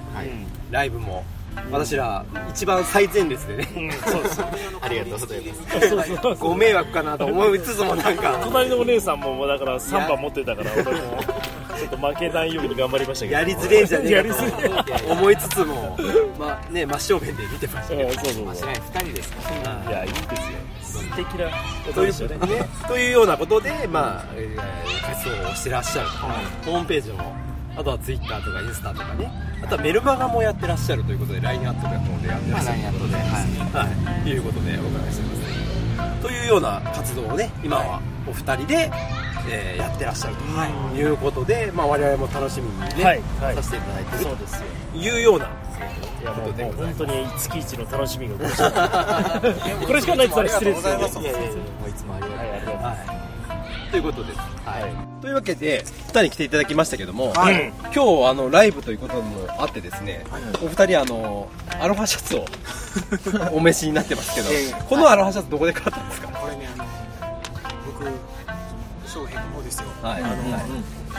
Speaker 3: ライブも、私ら一番最前列でね、
Speaker 2: そうです
Speaker 5: ありがとうございます
Speaker 2: そうそうそう
Speaker 3: ご迷惑かなと思いつつもなん か、
Speaker 2: 隣のお姉さんももうだから3番持ってたから俺もちょっと負けないように頑張りましたけど
Speaker 3: やりづれえんじゃねえ
Speaker 2: や
Speaker 3: か
Speaker 2: りづれえ
Speaker 3: と思いつつも、まあね、真正面で見てましたけ
Speaker 2: う
Speaker 3: ど
Speaker 2: ん。そうそう
Speaker 5: マシ
Speaker 2: そう
Speaker 5: ライン2人ですから
Speaker 2: いやいいですよ素敵なこと
Speaker 3: とい
Speaker 2: で
Speaker 3: う
Speaker 2: すよね
Speaker 3: ねというようなことで、まあえー活動をしてらっしゃる、ホームページもあとはツイッターとかインスタとかねあとはメルマガもやってらっしゃるということで LINE アットの方でやってら
Speaker 5: ま
Speaker 3: っ
Speaker 5: あ
Speaker 3: しゃ
Speaker 5: ラ
Speaker 3: る
Speaker 5: インアットではい
Speaker 3: はい、ということでお伺いしてますというような活動をね今はお二人で、えーやってらっしゃるということで、まあ、我々も楽しみにね、
Speaker 2: はいはい
Speaker 3: させていただいてる
Speaker 2: そうですよ
Speaker 3: というようない
Speaker 2: やも
Speaker 3: こ
Speaker 2: う
Speaker 3: とで
Speaker 2: もう
Speaker 3: ござ
Speaker 2: 本
Speaker 3: います
Speaker 2: 当に月一の楽しみがございますこれしかないって言ったら失礼ですよね
Speaker 4: いつもありがとうござ
Speaker 2: はい
Speaker 4: います
Speaker 5: もういつもありがとう
Speaker 2: あり
Speaker 5: ござい
Speaker 2: がとうございます
Speaker 3: はい、ということです、
Speaker 2: はい
Speaker 3: というわけで2人来ていただきましたけども、
Speaker 4: はい
Speaker 3: 今日あのライブということもあってですね、お二人あのアロハシャツ をお召しになってますけど、
Speaker 4: いやいや
Speaker 3: このアロハシャツどこで買ったんですか、
Speaker 4: これねあの僕翔平の方ですよ
Speaker 3: はい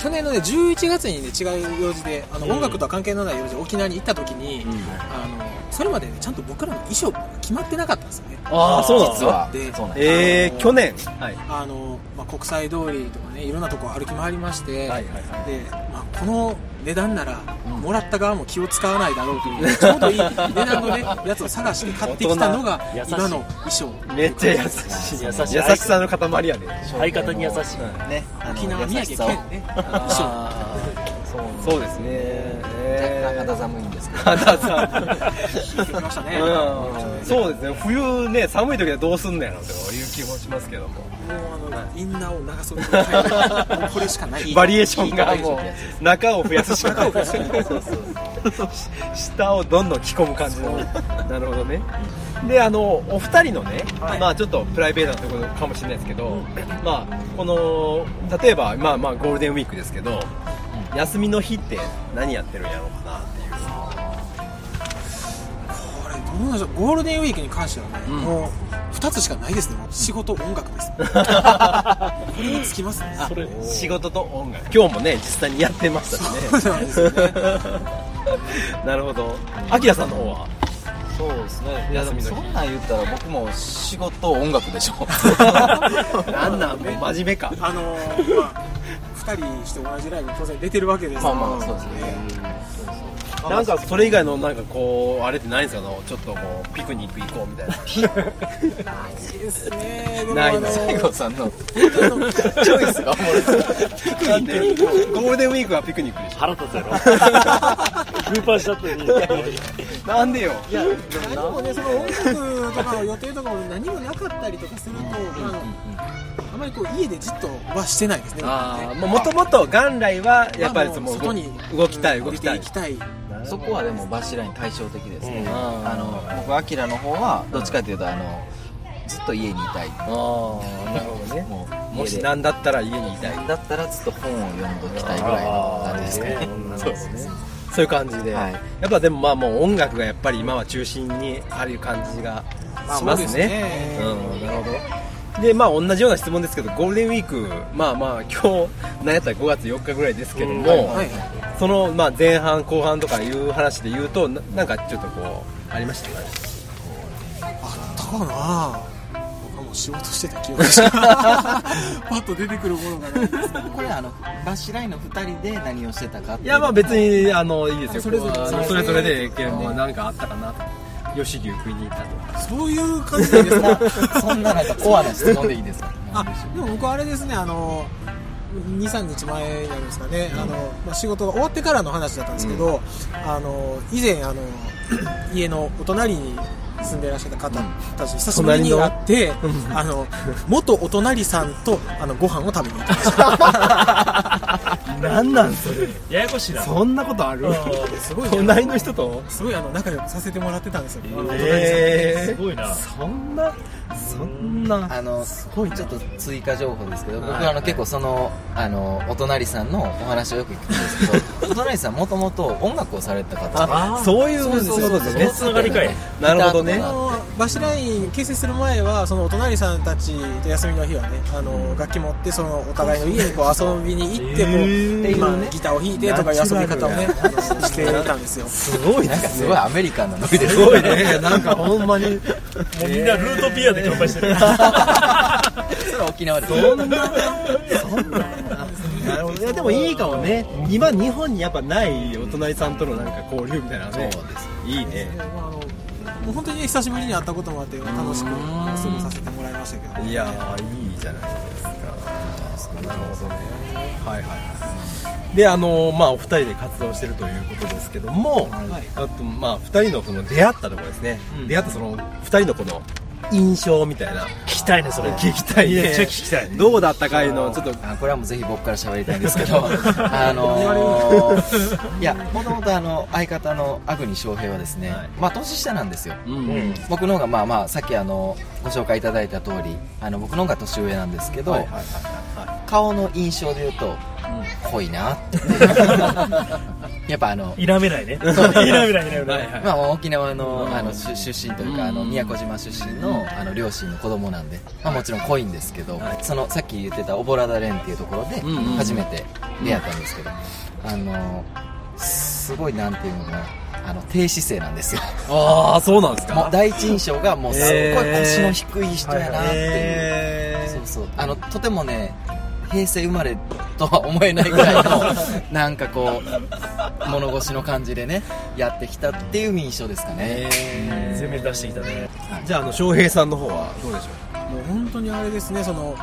Speaker 4: 去年のね11月にね違う用事であの、音楽とは関係のない用事で沖縄に行った時に、あのそれまでねちゃんと僕らの衣装決まってなかったんですよね
Speaker 3: ああそうなんです
Speaker 5: 実は
Speaker 4: で
Speaker 5: そうなんです
Speaker 3: えー、去年、はい
Speaker 4: あの、まあ、国際通りとかねいろんなとこ歩き回りまして、
Speaker 3: はいはいは
Speaker 4: で、まあ、この値段なら、もらった側も気を使わないだろう というちょうどいい値段のねやつを探して買ってきた のが
Speaker 2: 大人
Speaker 4: 今の衣装
Speaker 3: めっちゃ優しい
Speaker 2: 優
Speaker 3: 優
Speaker 2: しい
Speaker 3: しさの塊やね
Speaker 2: 相方に優しい
Speaker 5: ねあの
Speaker 4: 沖縄宮
Speaker 5: 優し
Speaker 4: 城
Speaker 5: さを
Speaker 4: 県ねあの衣装
Speaker 5: あーそうなんです
Speaker 3: そうですね
Speaker 5: 若干
Speaker 3: え
Speaker 5: 肌寒いんですけど
Speaker 3: ー肌さ
Speaker 4: 聞いてきましたね、
Speaker 3: うん、そうですね冬ね寒い時はどうすんのやろうという気もしますけども
Speaker 4: もうあのインナーを長袖に変えるもうこれしかない
Speaker 3: バリエーションが
Speaker 5: いいバリエーション
Speaker 3: も
Speaker 5: のやつで
Speaker 3: う中を増やすしかない
Speaker 4: 中を増やす
Speaker 3: 下をどんどん着込む感じのなるほどねであのお二人のね、
Speaker 4: い
Speaker 3: まあちょっとプライベートなところかもしれないですけど、まあこの例えばまあまあゴールデンウィークですけど、休みの日って何やってるんやろうかなっていう
Speaker 4: これどうなんでしょうゴールデンウィークに関してはね、もう2つしかないですねもう仕事音楽ですこれにつきますねあ
Speaker 2: れ
Speaker 3: 仕事と音楽今日もね実際にやってましたしね
Speaker 4: そうなんですよね
Speaker 3: なるほどアキラさんの方は
Speaker 5: そうですねいやで
Speaker 3: 休み
Speaker 5: も
Speaker 3: の日
Speaker 5: そんなん言ったら僕も仕事音楽でしょ
Speaker 3: なんなんもう真面目か
Speaker 4: あのーまあ2人して同じライブに当然出てるわけです
Speaker 5: ま
Speaker 4: か
Speaker 5: あ
Speaker 4: ら
Speaker 5: まあそうですね
Speaker 3: なんかそれ以外のなんかこうあれってないんですかあのちょっとこうピクニック行こうみたいな
Speaker 4: いいですねでも
Speaker 3: ない
Speaker 4: あ
Speaker 3: な
Speaker 4: の
Speaker 5: 西
Speaker 4: ー
Speaker 5: 郷さんのチョイスがおもろい
Speaker 3: ピクニックゴールデンウィークはピクニックでし
Speaker 2: 腹立つやろルーパーしちゃったのに
Speaker 3: ょなんでよ
Speaker 4: 何もねその音楽とかの予定とかも何もなかったりとかすると、あのあまりこう家でじっとはしてないですね
Speaker 3: ああ
Speaker 4: ね
Speaker 3: もともと元来はやっぱりその
Speaker 4: まあもう外に
Speaker 3: 動きたい動きたい
Speaker 4: 出ていきたい
Speaker 5: そこはでもバシライン対照的ですね、
Speaker 2: うん
Speaker 5: あの僕アキラの方はどっちかというとあのずっと家にいたい
Speaker 3: ああなるほどね
Speaker 5: もう
Speaker 3: もし
Speaker 5: な
Speaker 3: 何だったら家にいたい
Speaker 5: んだったらずっと本を読んどきたいぐらいの感じですかね
Speaker 3: そうですねそういう感じで、
Speaker 5: はい
Speaker 3: やっぱでもまあもう音楽がやっぱり今は中心にある感じがしますね,、
Speaker 4: まあそう
Speaker 3: うんなるほどでまあ同じような質問ですけどゴールデンウィークまあまあ 今日何やったら5月4日ぐらいですけども、
Speaker 4: はい
Speaker 3: そのまあ前半後半とかいう話で言うとななんかちょっとこうありましたね
Speaker 4: あったかな僕はもう仕事してた記憶 しかパッと出てくるものがないですね
Speaker 5: これあのバシラインの2人で何をしてたかって
Speaker 3: いやまあ別にあのいいですよ
Speaker 4: それぞれ
Speaker 3: ここはあのそれぞれでけどもなんかあったかなと吉牛食いに行ったとか
Speaker 4: そういう感じなんですか
Speaker 5: そんななんかコアな質問でいいですか
Speaker 4: あでも僕はあれですねあの23日前になるんですかね、あのまあ、仕事が終わってからの話だったんですけど、あの以前あの 家のお隣に住んでいらっしゃった方たち久しぶりに会って、あの元お隣さんとあのご飯を食べに行きました
Speaker 3: なんなんそれ
Speaker 2: ややこしいな
Speaker 3: そんなことある
Speaker 4: すごい
Speaker 3: 隣の人と
Speaker 4: すごいあの仲良くさせてもらってたんですよ、あのお隣さん
Speaker 3: え
Speaker 2: すごいな
Speaker 3: そんなそんな
Speaker 5: あの
Speaker 3: すごい
Speaker 5: ちょっと追加情報ですけど僕
Speaker 3: はい
Speaker 5: はあの結構そのあのお隣さんのお話をよく聞くんですけ どお隣さんもともと音楽をされてた方で
Speaker 3: あそういうこと
Speaker 5: そうそうそう
Speaker 3: ですね
Speaker 2: つながりかい
Speaker 3: なるほどね
Speaker 5: ギター
Speaker 4: あ
Speaker 5: とか
Speaker 4: のバシライン結成する前はそのお隣さんたちと休みの日はねあの楽器持ってそのお互いの家にこう遊びに行っても
Speaker 3: へ
Speaker 4: う
Speaker 3: ー
Speaker 4: で今ギターを弾いてとかいう遊び方をねあのしていたんですよ
Speaker 3: すごい
Speaker 5: なんかすごいアメリカンなノリです
Speaker 3: すごいねなんかほんまに
Speaker 2: もうみんなルートビアで乾杯してる
Speaker 5: それは沖縄で
Speaker 3: なるほどいやでもいいかもね今日本にやっぱないお隣さんとのなんか交流みたいなのね
Speaker 5: そうです
Speaker 3: いいね
Speaker 4: まああのもう本当にね久しぶりに会ったこともあって楽しく過ごさせてもらいましたけど
Speaker 3: いやーいいじゃないですかなるほどねはいはいはいであのまあお二人で活動してるということですけども、
Speaker 4: はい
Speaker 3: あとまあ二人のこの出会ったところですね、
Speaker 5: うん
Speaker 3: 出会ったその二人のこの印象みたいな
Speaker 2: 聞きたいねそれ
Speaker 3: 聞きたいね
Speaker 2: めっちゃ聞きたい
Speaker 3: どうだったかいうのをちょっと
Speaker 5: あこれはもうぜひ僕から喋りたいんです けどあのーいやもともとあの相方のアグニ翔平はですね、
Speaker 3: はい
Speaker 5: まあ年下なんですよ
Speaker 3: うん
Speaker 2: うん
Speaker 5: 僕の方がまあまあさっきあのご紹介いただいた通りあの僕の方が年上なんですけど、
Speaker 3: はいはいはいは
Speaker 5: 顔の印象で言うと
Speaker 3: い、うん
Speaker 5: 濃いなって やっぱあの
Speaker 2: 否め ないね否めない否め
Speaker 3: は
Speaker 2: ないい
Speaker 3: はい
Speaker 5: まあ、沖縄の
Speaker 3: うん
Speaker 5: あの出出身というか、あの
Speaker 3: うん
Speaker 5: 宮古島出身のあの両親の子供なんで、まあ、もちろん濃いんですけど、
Speaker 3: はい
Speaker 5: そのさっき言ってたオボラダレンっていうところで
Speaker 3: うんうん
Speaker 5: 初めて出会ったんですけど、あのすごいなんていうのかなあの低姿勢なんですよ
Speaker 3: ああそうなんです
Speaker 5: も
Speaker 3: か
Speaker 5: う第一印象がもうすっごい
Speaker 3: へー
Speaker 5: 腰の低い人やなっていう、
Speaker 3: へー
Speaker 5: そうそうあのとてもね平成生まれとは思えないぐ らいのなんかこう物腰の感じでねやってきたっていう印象ですかね、
Speaker 2: 全面出してきたね
Speaker 3: じゃああの翔平さんの方はどうでしょ
Speaker 4: もう本当にあれですねその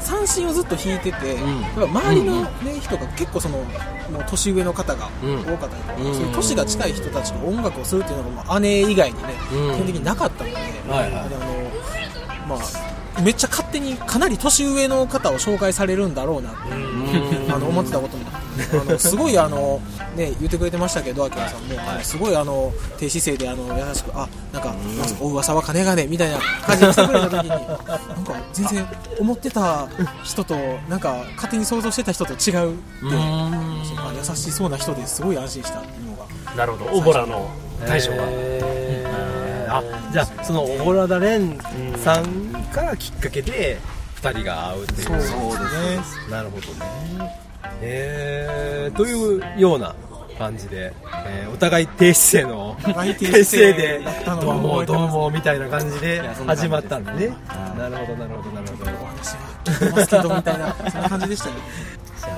Speaker 4: 三振をずっと弾いてて、
Speaker 3: ん
Speaker 4: やっぱ周りの、ね人が結構そのもう年上の方が
Speaker 3: うん
Speaker 4: 多かったりとか、
Speaker 3: うん
Speaker 4: そういう年が近い人たちと音楽をするっていうのが、まあ、姉以外にね、
Speaker 3: うん
Speaker 4: 基本的になかったので,、
Speaker 3: はいはい
Speaker 4: であのまあ、めっちゃ勝手にかなり年上の方を紹介されるんだろうなってあの思ってたこともあのすごいあの、ね、言ってくれてましたけど、あきらさんも、あのすごいあの低姿勢であの優しく、あなんか、お噂は金がねみたいな感じにしてくれたときに、なんか全然思ってた人と、なんか勝手に想像してた人と違うって、あ優しそうな人ですごい安心したっていうのが、
Speaker 2: なるほどオボラの
Speaker 3: う
Speaker 2: 大将が
Speaker 3: へーあじゃあそのオボラダレンさんがきっかけで2人が会うっていう
Speaker 5: そうですね
Speaker 3: なるほどねえー、というような感じで、えーお互い低姿勢の
Speaker 4: 互い低
Speaker 3: 低
Speaker 4: 姿勢
Speaker 3: 姿勢で
Speaker 4: だったの
Speaker 3: どう
Speaker 4: は覚
Speaker 3: も
Speaker 4: えて
Speaker 3: どう
Speaker 4: ます
Speaker 3: もみたいな感じで
Speaker 5: いやそんな感
Speaker 3: 始
Speaker 5: じ
Speaker 3: まったんだね
Speaker 5: はい
Speaker 3: なるほどなるほどなるほど
Speaker 4: 私は聞いてますけどみたいな、そんな感じでしたね。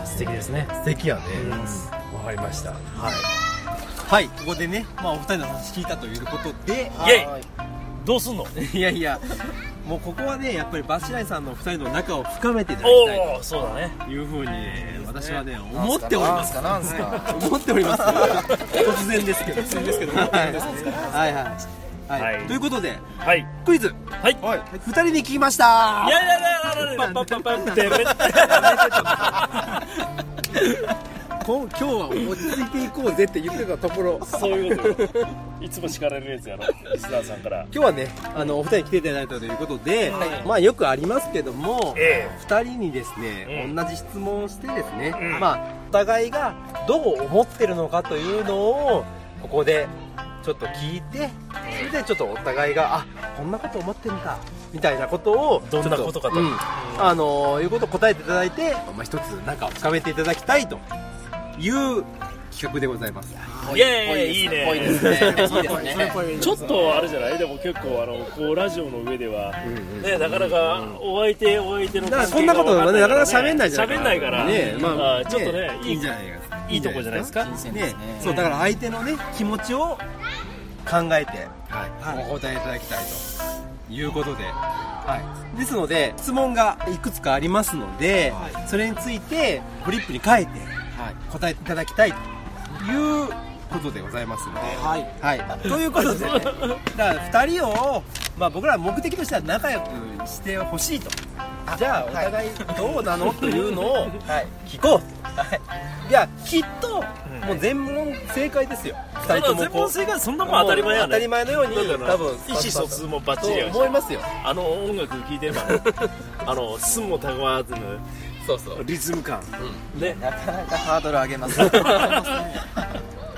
Speaker 2: 素敵ですね
Speaker 3: 素敵やね、
Speaker 2: わかりました
Speaker 3: はいはいここでね、まあ、お二人の話聞いたということで
Speaker 2: イェイどうすんの
Speaker 3: いやいやもうここはねやっぱりバシライさんの二人の仲を深めていただきたい
Speaker 2: おおそうだね
Speaker 3: というふうにね私はね
Speaker 5: なん
Speaker 3: 思っております
Speaker 5: かなんすか
Speaker 3: 思っております 突然ですけど突然ですけどはいはいはいはい、
Speaker 2: はい
Speaker 3: ということで
Speaker 2: はいイ
Speaker 3: クイズ
Speaker 2: はい
Speaker 3: 二人に聞きました
Speaker 2: やいやいやいやいやパッパッパッパッて
Speaker 3: こん今日は落ち着いていこうぜって言ってたところ
Speaker 2: そういうことよいつも叱られるやつやろリスナーさんから
Speaker 3: 今日はねあのお二人来ていただいたということで、まあよくありますけども、
Speaker 2: え
Speaker 3: 二人にですね、
Speaker 2: うん
Speaker 3: 同じ質問をしてですね、
Speaker 2: うん
Speaker 3: まあお互いがどう思ってるのかというのをここでちょっと聞いてそれでちょっとお互いがあこんなこと思ってんだみたいなことを
Speaker 2: どんなことかと
Speaker 3: うんあのいうことを答えていただいて、まあ、一つなんか深めていただきたいという企画でございます
Speaker 2: イエーイいいね
Speaker 5: ぽいですね。いいですね。
Speaker 2: ちょっとあれじゃないでも結構あのこうラジオの上では、ね、なかなかお相手お相手の
Speaker 3: だからこんなことはねなかなか喋んないじゃない
Speaker 2: 喋んないから、
Speaker 3: ねまあ
Speaker 2: ちょっとねいい
Speaker 3: いいんじゃないですか
Speaker 2: いいとこじゃないですか
Speaker 5: 新鮮で
Speaker 3: ね
Speaker 5: すね。
Speaker 3: そうだから相手のね気持ちを考えて、
Speaker 4: はい
Speaker 3: お答えいただきたいということで、はい、ですので質問がいくつかありますので、それについてフリップに書いて答えていただきたいということでございますので、
Speaker 4: はい
Speaker 3: はい、ということ でね、だから2人を、まあ、僕ら目的としては仲良くしてほしいとじゃあお互いどうなのというのを聞こうと、い、やきっともう全問正解ですよ2人とも
Speaker 2: 全
Speaker 3: こう
Speaker 2: 問正解そんなもん当たり前やね
Speaker 3: もう当たり前のように
Speaker 2: だから
Speaker 3: 多分
Speaker 2: 意思疎通もバッ
Speaker 3: と
Speaker 2: チリやし
Speaker 3: 思いますよ
Speaker 2: あの音楽聴いてればねあの寸もたがわずぬ
Speaker 5: そうそう。
Speaker 2: リズム感、ね
Speaker 5: なかなかハードル上げます。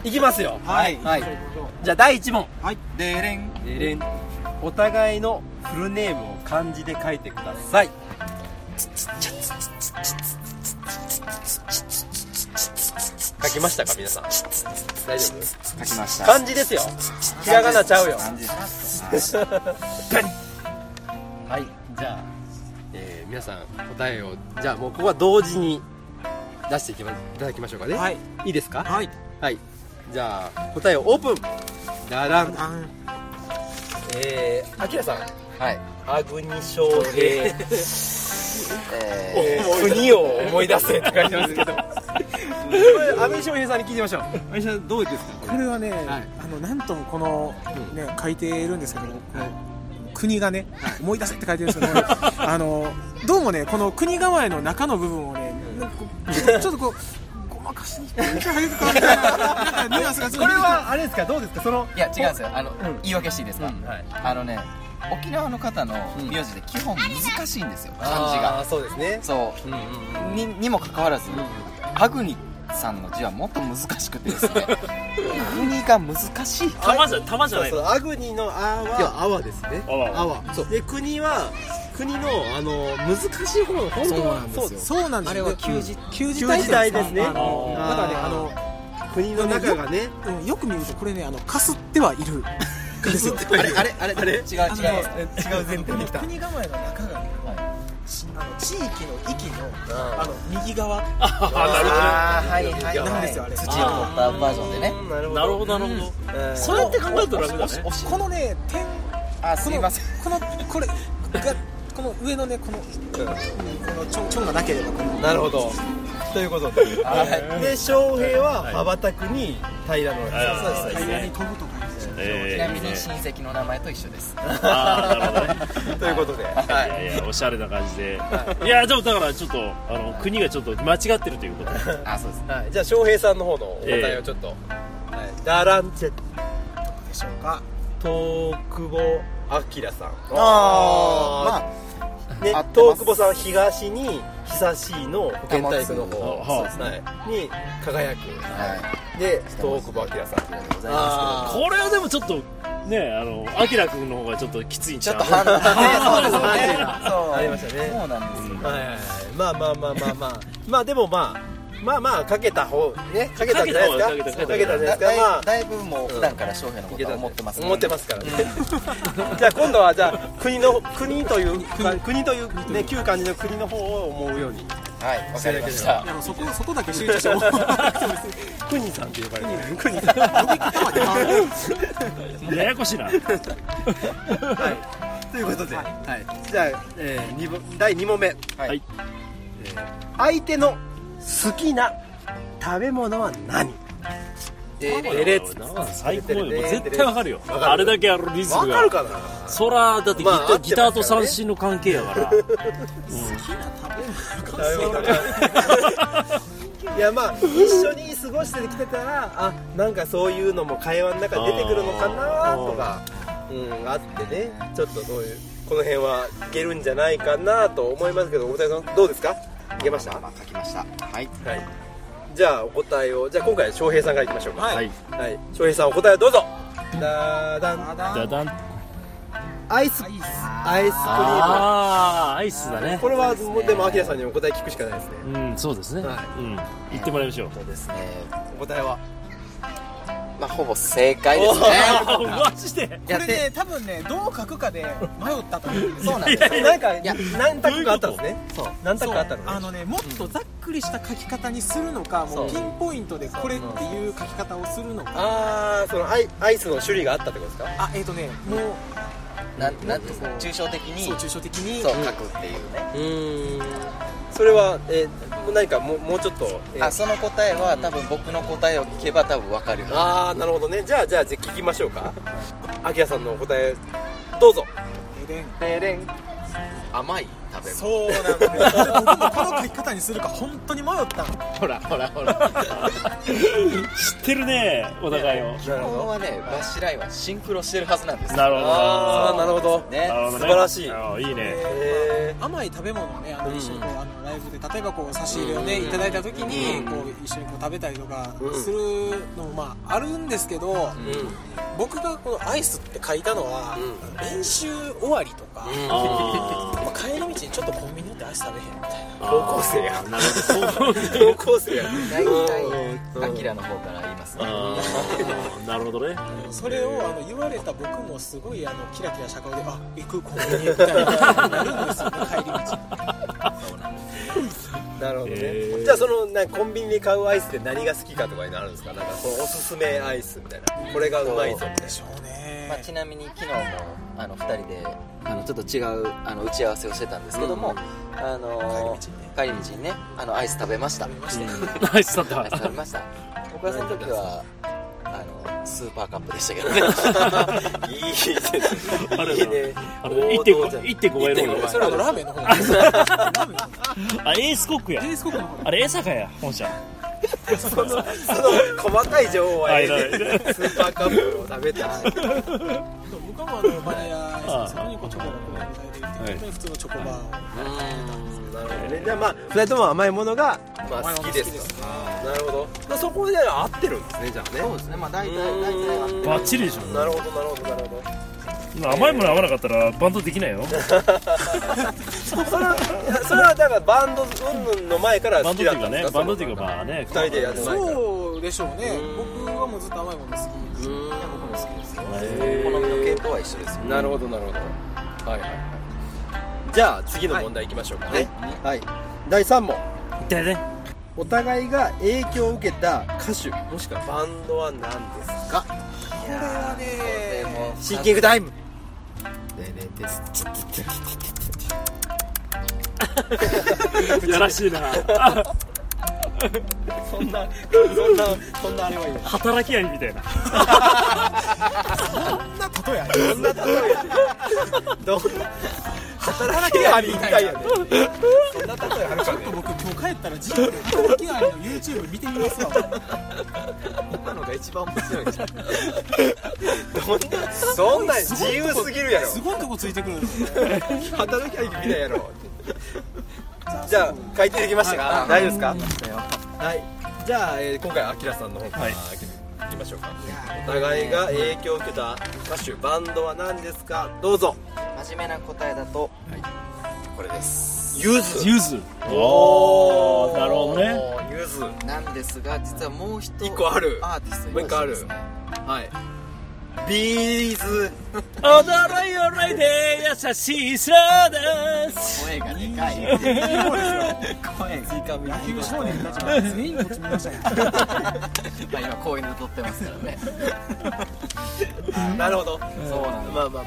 Speaker 3: いきますよ
Speaker 4: はい
Speaker 3: はい、じゃあ第1問
Speaker 5: でれん。
Speaker 3: えれんお互いのフルネームを漢字で書いてください書きましたか皆さん大丈夫
Speaker 5: 書きました。
Speaker 3: 漢字ですよひらがなちゃうよ
Speaker 5: 漢字で す。
Speaker 3: はいじゃあ、えー皆さん答えをじゃあもうここは同時に出していきまいただきましょうかね
Speaker 4: はいい
Speaker 3: いですか
Speaker 4: はい
Speaker 3: はいじゃあ答えをオープンダラン
Speaker 4: あん
Speaker 3: えーあきらさん
Speaker 5: はい。
Speaker 3: アグニ翔 平
Speaker 5: え
Speaker 3: 国を思い出せって書いてますけどこれ阿部翔平さんに聞いてみましょう阿部翔平さんどうですか
Speaker 4: これはね、
Speaker 3: はい
Speaker 4: あのなんともこの、ね書いているんですけど、
Speaker 3: はい
Speaker 4: 国がね、思い出せって書いてるんですけど、あのどうもね、この国構えの中の部分をね、なんかこうちょっとこう、ごまかしに行ってはげるかみたいな、なんかニュアンスがちょ
Speaker 3: ことれ
Speaker 4: っ出てきて
Speaker 3: はあれですかどうですかその
Speaker 5: ーいや違うんですよ。あの言い訳していいですか。
Speaker 3: はい
Speaker 5: あのね、沖縄の方の名字で基本難しいんですよ。漢字
Speaker 3: あー
Speaker 5: が。
Speaker 3: そうですね
Speaker 5: そう。
Speaker 3: うんうんうん
Speaker 5: ににもかかわらず、アグニさんの字はもっと難しくてですねアグニが難しい
Speaker 2: 玉じゃ玉じゃ
Speaker 3: そう
Speaker 2: ない
Speaker 3: そうアグニの「あ」
Speaker 5: いや
Speaker 3: は「あわ」ですね
Speaker 2: あわ
Speaker 3: あわそうで国は国のあの難しい方の本当は
Speaker 5: そうなんですよ
Speaker 4: そうなんですよ
Speaker 5: あれは旧字
Speaker 4: うん旧字
Speaker 3: 旧
Speaker 4: 体
Speaker 3: 字体ですね
Speaker 4: あの
Speaker 3: あー
Speaker 4: だからねあの
Speaker 3: そう国の中がね
Speaker 4: うんよく見るとこれねあのかすってはいるですよ
Speaker 5: あれあれあれ違う違う
Speaker 4: あのね
Speaker 5: 違う前提できた
Speaker 4: 国構えの中がね、しあの地域の域の
Speaker 3: あ
Speaker 4: あの右側
Speaker 5: あーはいはい
Speaker 4: なん
Speaker 5: は
Speaker 4: で
Speaker 5: い
Speaker 4: すよあれ
Speaker 5: 土を取ったバージョンでね
Speaker 3: なるほ
Speaker 2: なるほどなるほど、
Speaker 3: ど
Speaker 2: そうやって考えると楽だね
Speaker 5: おし
Speaker 4: このね点
Speaker 5: あ
Speaker 4: こ
Speaker 5: すい
Speaker 4: の
Speaker 5: ません
Speaker 4: このこれがこの上のねこのこのちょんちょんがなければこの
Speaker 3: なるほどということで
Speaker 5: はい
Speaker 3: で翔平は羽ばたくに平野
Speaker 2: はいそう
Speaker 3: そう
Speaker 2: です
Speaker 4: 平らに飛ぶとかね
Speaker 5: ち
Speaker 2: え
Speaker 5: な
Speaker 2: ーい
Speaker 5: み
Speaker 2: い
Speaker 5: に
Speaker 2: ね
Speaker 5: 親戚の名前と一緒です
Speaker 2: あーなるほどね
Speaker 3: ですということではい
Speaker 2: いやいやおしゃれな感じでいやでもだからちょっとあの国がちょっと間違ってるということで
Speaker 5: あそうです
Speaker 3: はいじゃあ翔平さんの方のお答えをちょっとはいダランチェ
Speaker 4: でしょうか
Speaker 3: 東久保明さん
Speaker 5: あ
Speaker 3: あね
Speaker 5: 合ってます
Speaker 3: 東久保さんは東に久しいの保健体育の方
Speaker 2: あそうです
Speaker 3: はいに輝く
Speaker 5: はい
Speaker 3: で東久保明さん
Speaker 5: ありがとうございま
Speaker 3: あ
Speaker 2: これはでもちょっとねあのあきらくんの方がちょっときついんち
Speaker 5: すけ
Speaker 2: ゃう
Speaker 5: どちょっとハードルねそうですよね
Speaker 3: ありましたね
Speaker 5: そうそうなんですよ
Speaker 3: ーはいはいはいまあまあまあまあまあまあでもまあまあまあかけた方ねかけたんじゃないです
Speaker 2: か
Speaker 3: かか
Speaker 2: けた方
Speaker 3: けたんじ
Speaker 5: だ
Speaker 3: ゃないですかま
Speaker 5: だ
Speaker 3: あ
Speaker 5: いだいぶもう普段から翔平のことは思ってますね
Speaker 3: 思ってますからね じゃあ今度はじゃあ国の国という国というね旧漢字の国の方を思うように
Speaker 5: はいわかりました
Speaker 4: いやもうそこそこだけ集中 してもらわなくても別に
Speaker 3: 国さんって呼ばれてる国さん
Speaker 2: ややこしいな
Speaker 3: はい、ということで、はい、じゃあ、えー、二問第2問目、はいえー相手の好きな食べ物は何ででれつ
Speaker 2: 最高よもう絶対わかるよあれだけあのリズ
Speaker 3: わ
Speaker 2: ム
Speaker 3: か
Speaker 2: が
Speaker 3: るかな
Speaker 2: そらだってギタ,、
Speaker 3: まあ合ってます
Speaker 2: ギターと三振の関係やから
Speaker 3: いやまあ一緒に過ごしてきてたらあなんかそういうのも会話の中で出てくるのかなとかうんあってねちょっとどういうこの辺はいけるんじゃないかなと思いますけどお二人さんどうですかいけました
Speaker 5: 書きましたはい
Speaker 3: はい。じゃあお答えをじゃあ今回は翔平さんからいきましょうか。
Speaker 2: はい。
Speaker 3: はい。翔平さんお答えをどうぞ。ダダン
Speaker 2: ダダン
Speaker 3: アイスアイスクリー
Speaker 2: ああアイスだね
Speaker 3: ムこれはもうでもアキラさんにお答え聞くしかないですね
Speaker 2: うんそうですね、
Speaker 3: は
Speaker 2: うん言ってもらいましょう
Speaker 5: ですね
Speaker 3: お答えは
Speaker 5: まあほぼ正解ですね
Speaker 2: あーマジで
Speaker 4: こ
Speaker 5: やっ
Speaker 4: れね
Speaker 5: て
Speaker 4: 多分ねどう書くかで迷ったと思うんですよ
Speaker 5: そうなん です
Speaker 3: なんか
Speaker 5: いや
Speaker 3: 何択かあったんですね
Speaker 5: そう
Speaker 3: 何択
Speaker 4: そう
Speaker 3: かあったのね
Speaker 4: あのねもっとざっくりした書き方にするのかもうピンポイントでこれっていう書き方をするのか
Speaker 3: ああそのアイアイスの種類があったってことですか
Speaker 4: あえっ、とねもう
Speaker 5: なんなんていうんですか抽象的に
Speaker 4: そう抽象的に
Speaker 5: そう書くっていうね
Speaker 3: うんそれはえー何かもうもうちょっとえー
Speaker 5: あその答えは多分僕の答えを聞けば多分分かるよ
Speaker 3: ああなるほどねじゃあじゃあじゃあ聞きましょうかアキラさんのお答えどうぞ
Speaker 4: エレン
Speaker 5: デレン甘い食べ物
Speaker 4: そうなんだよ僕もこの書き方にするか本当に迷ったの
Speaker 5: ほらほらほら
Speaker 2: 知ってるねお互いを
Speaker 3: なる
Speaker 5: ここはねバシラインはシンクロしてるはずなんですよ
Speaker 2: なるほど
Speaker 3: ああなるほど
Speaker 5: ね
Speaker 2: なるほどね
Speaker 3: 素晴らしい
Speaker 2: あーいいね
Speaker 3: え
Speaker 4: 甘い食べ物をねあの
Speaker 3: うん
Speaker 4: 一緒にこう、あのライブで例えばこう差し入れをね、
Speaker 3: うん
Speaker 4: いただいた時に、
Speaker 3: うん
Speaker 4: こう一緒にこう食べたりとか
Speaker 3: うん
Speaker 4: するのも、まああるんですけど、
Speaker 3: ーうん
Speaker 4: 僕がこのアイスって書いたのは、
Speaker 3: う
Speaker 4: 練習終わりとか、
Speaker 2: あー
Speaker 4: まあ帰り道にちょっとコンビニ寄ってアイス食べへんみたいな
Speaker 3: 高校生や
Speaker 2: なるほど
Speaker 3: 高校生や
Speaker 5: 大
Speaker 3: うん
Speaker 5: 体アキラの方から言いますね
Speaker 2: あーなるほどね
Speaker 4: それをあの言われた僕もすごいあのキラキラした顔であ行くコンビニみたいななるんですよね帰り道
Speaker 3: なるほどね、
Speaker 2: えー
Speaker 3: じゃあそのなんかコンビニで買うアイスって何が好きかとかになるんですかなんかそのおすすめアイスみたいなこれがうまいぞみたいな
Speaker 4: でしょうね、
Speaker 5: まあ、ちなみに昨日もあの2人であのちょっと違うあの打ち合わせをしてたんですけども、あの帰り道にねあのアイス食べました
Speaker 4: 食べましたよ
Speaker 2: ナイスだっ
Speaker 5: アイス食べ
Speaker 2: た
Speaker 5: ました僕はその時はあのスーパーカップでしたけどね
Speaker 3: いいですね
Speaker 2: あれ
Speaker 3: いいね
Speaker 2: あれ1.5 1.5倍
Speaker 3: 1.5
Speaker 2: の
Speaker 3: 倍
Speaker 4: それはあのラーメンの方なんですよラーメンの方
Speaker 2: あエースコックや
Speaker 4: エースコックの方
Speaker 2: あれ江坂や本社
Speaker 3: そのその細かい情報は
Speaker 2: はいい
Speaker 3: い
Speaker 2: はい
Speaker 3: スーパーカップを食べた
Speaker 4: 僕はもうあのバニラアイスのそこにこうチョコがこう入れてるっていう本当に普通のチョコバーを
Speaker 3: なるほどねじゃあまあ2人とも甘いものが、まあ、好きですとなるほど、まあ、そこで合ってるんですねじゃあね
Speaker 5: そうですねまあ大体大体あって
Speaker 2: バッチリでしょ
Speaker 3: なるほどなるほどなるほど
Speaker 2: 甘いもの合わなかったらバンドできないよ
Speaker 3: それはそれはだからバンド云々の前から
Speaker 2: バ
Speaker 3: 好
Speaker 2: ンドって
Speaker 3: き
Speaker 2: い
Speaker 3: だ
Speaker 2: う
Speaker 3: った
Speaker 2: か
Speaker 3: んで
Speaker 2: ね
Speaker 3: すか
Speaker 2: バンドっていうかまあね
Speaker 3: 2人でやる前から
Speaker 4: そうでしょうね僕はもうずっと甘いもの好きです
Speaker 3: うん
Speaker 4: いや僕も好きですよ
Speaker 5: 好みの系統は一緒ですよ
Speaker 3: なるほどなるほどはいはいはいじゃあ次の問題いきましょうかねはい、第3問
Speaker 2: だね
Speaker 3: お互いが影響を受けた歌手もしくはバンドは何ですか
Speaker 4: これはね
Speaker 3: シンキングタイム
Speaker 2: やらしいな
Speaker 3: そんなそんなそんなあれはいいよ
Speaker 2: 働きやりみたいな
Speaker 3: どんな例えやねんどんな働きありみたいやねそんな例えあるかね
Speaker 4: 僕今日帰ったら自分で働きアリの YouTube 見てみますわ
Speaker 5: 今のが一番面白いです
Speaker 3: どんなそんなん自由すぎるやろ
Speaker 4: すごいとこついてくるんですよ
Speaker 3: 働きありみたいやろじゃあ回転できましたか大丈夫ですかはい、じゃあ、えー今回はあきらさんの方から、
Speaker 2: はい
Speaker 3: 開けていきましょうかお互いが影響を受けた歌手バンドは何ですかどうぞ
Speaker 5: 真面目な答えだと、これです
Speaker 3: ゆず
Speaker 2: ユズおーなるほどね
Speaker 3: おーゆず
Speaker 5: なんですが実はもう一
Speaker 3: 一個ある
Speaker 5: アーティストい
Speaker 3: もう一個ある
Speaker 5: ましてですね
Speaker 3: はいビーズ
Speaker 2: 驚い驚いて優しいさです
Speaker 5: 声がでかい声が
Speaker 4: 野球少年たちが全員こっち見ましたよ
Speaker 5: まあ今こういうの撮ってますからね
Speaker 3: なるほど、
Speaker 5: そうなんです
Speaker 3: まあまあまあ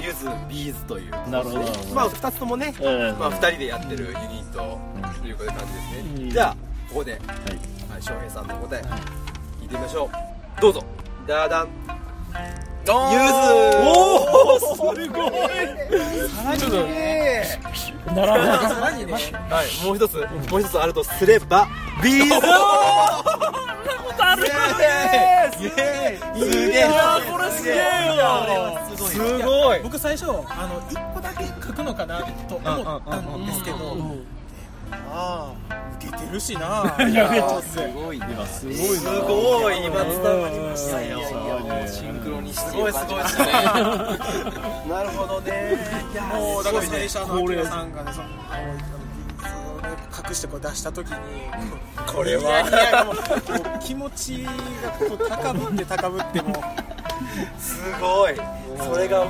Speaker 3: ゆずビーズという
Speaker 2: なるほどなるほど
Speaker 3: まあ2つともね、
Speaker 2: うん
Speaker 3: まあ、2人でやってるユニットという感じですね、
Speaker 2: うん
Speaker 3: じゃあここで、はい翔平さんの答え聞いてみましょうどうぞダダンゆず
Speaker 2: おおすごいならない
Speaker 4: マジで
Speaker 3: はい、もう一つ、もう一つあるとすれば、ビーズ。
Speaker 2: ある
Speaker 3: すげえ、すげえ、
Speaker 2: これすげえよ
Speaker 3: すごい。
Speaker 4: 僕最初あの1個だけ書くのかなと思ったんですけどああ受けてるしな
Speaker 2: やめ
Speaker 5: すごいね
Speaker 3: すごい、今伝わりま
Speaker 4: ましたよ
Speaker 3: いやいやいや
Speaker 4: もうシンクロにして
Speaker 3: すごいすごいすごいなるほどねいや
Speaker 4: もうだから最
Speaker 3: ね
Speaker 4: 初あのアキラさんがねそのそのね隠してこう出した時にこれはいやいやもうもう気持ちがこう高ぶって高ぶっても
Speaker 3: すごいそれが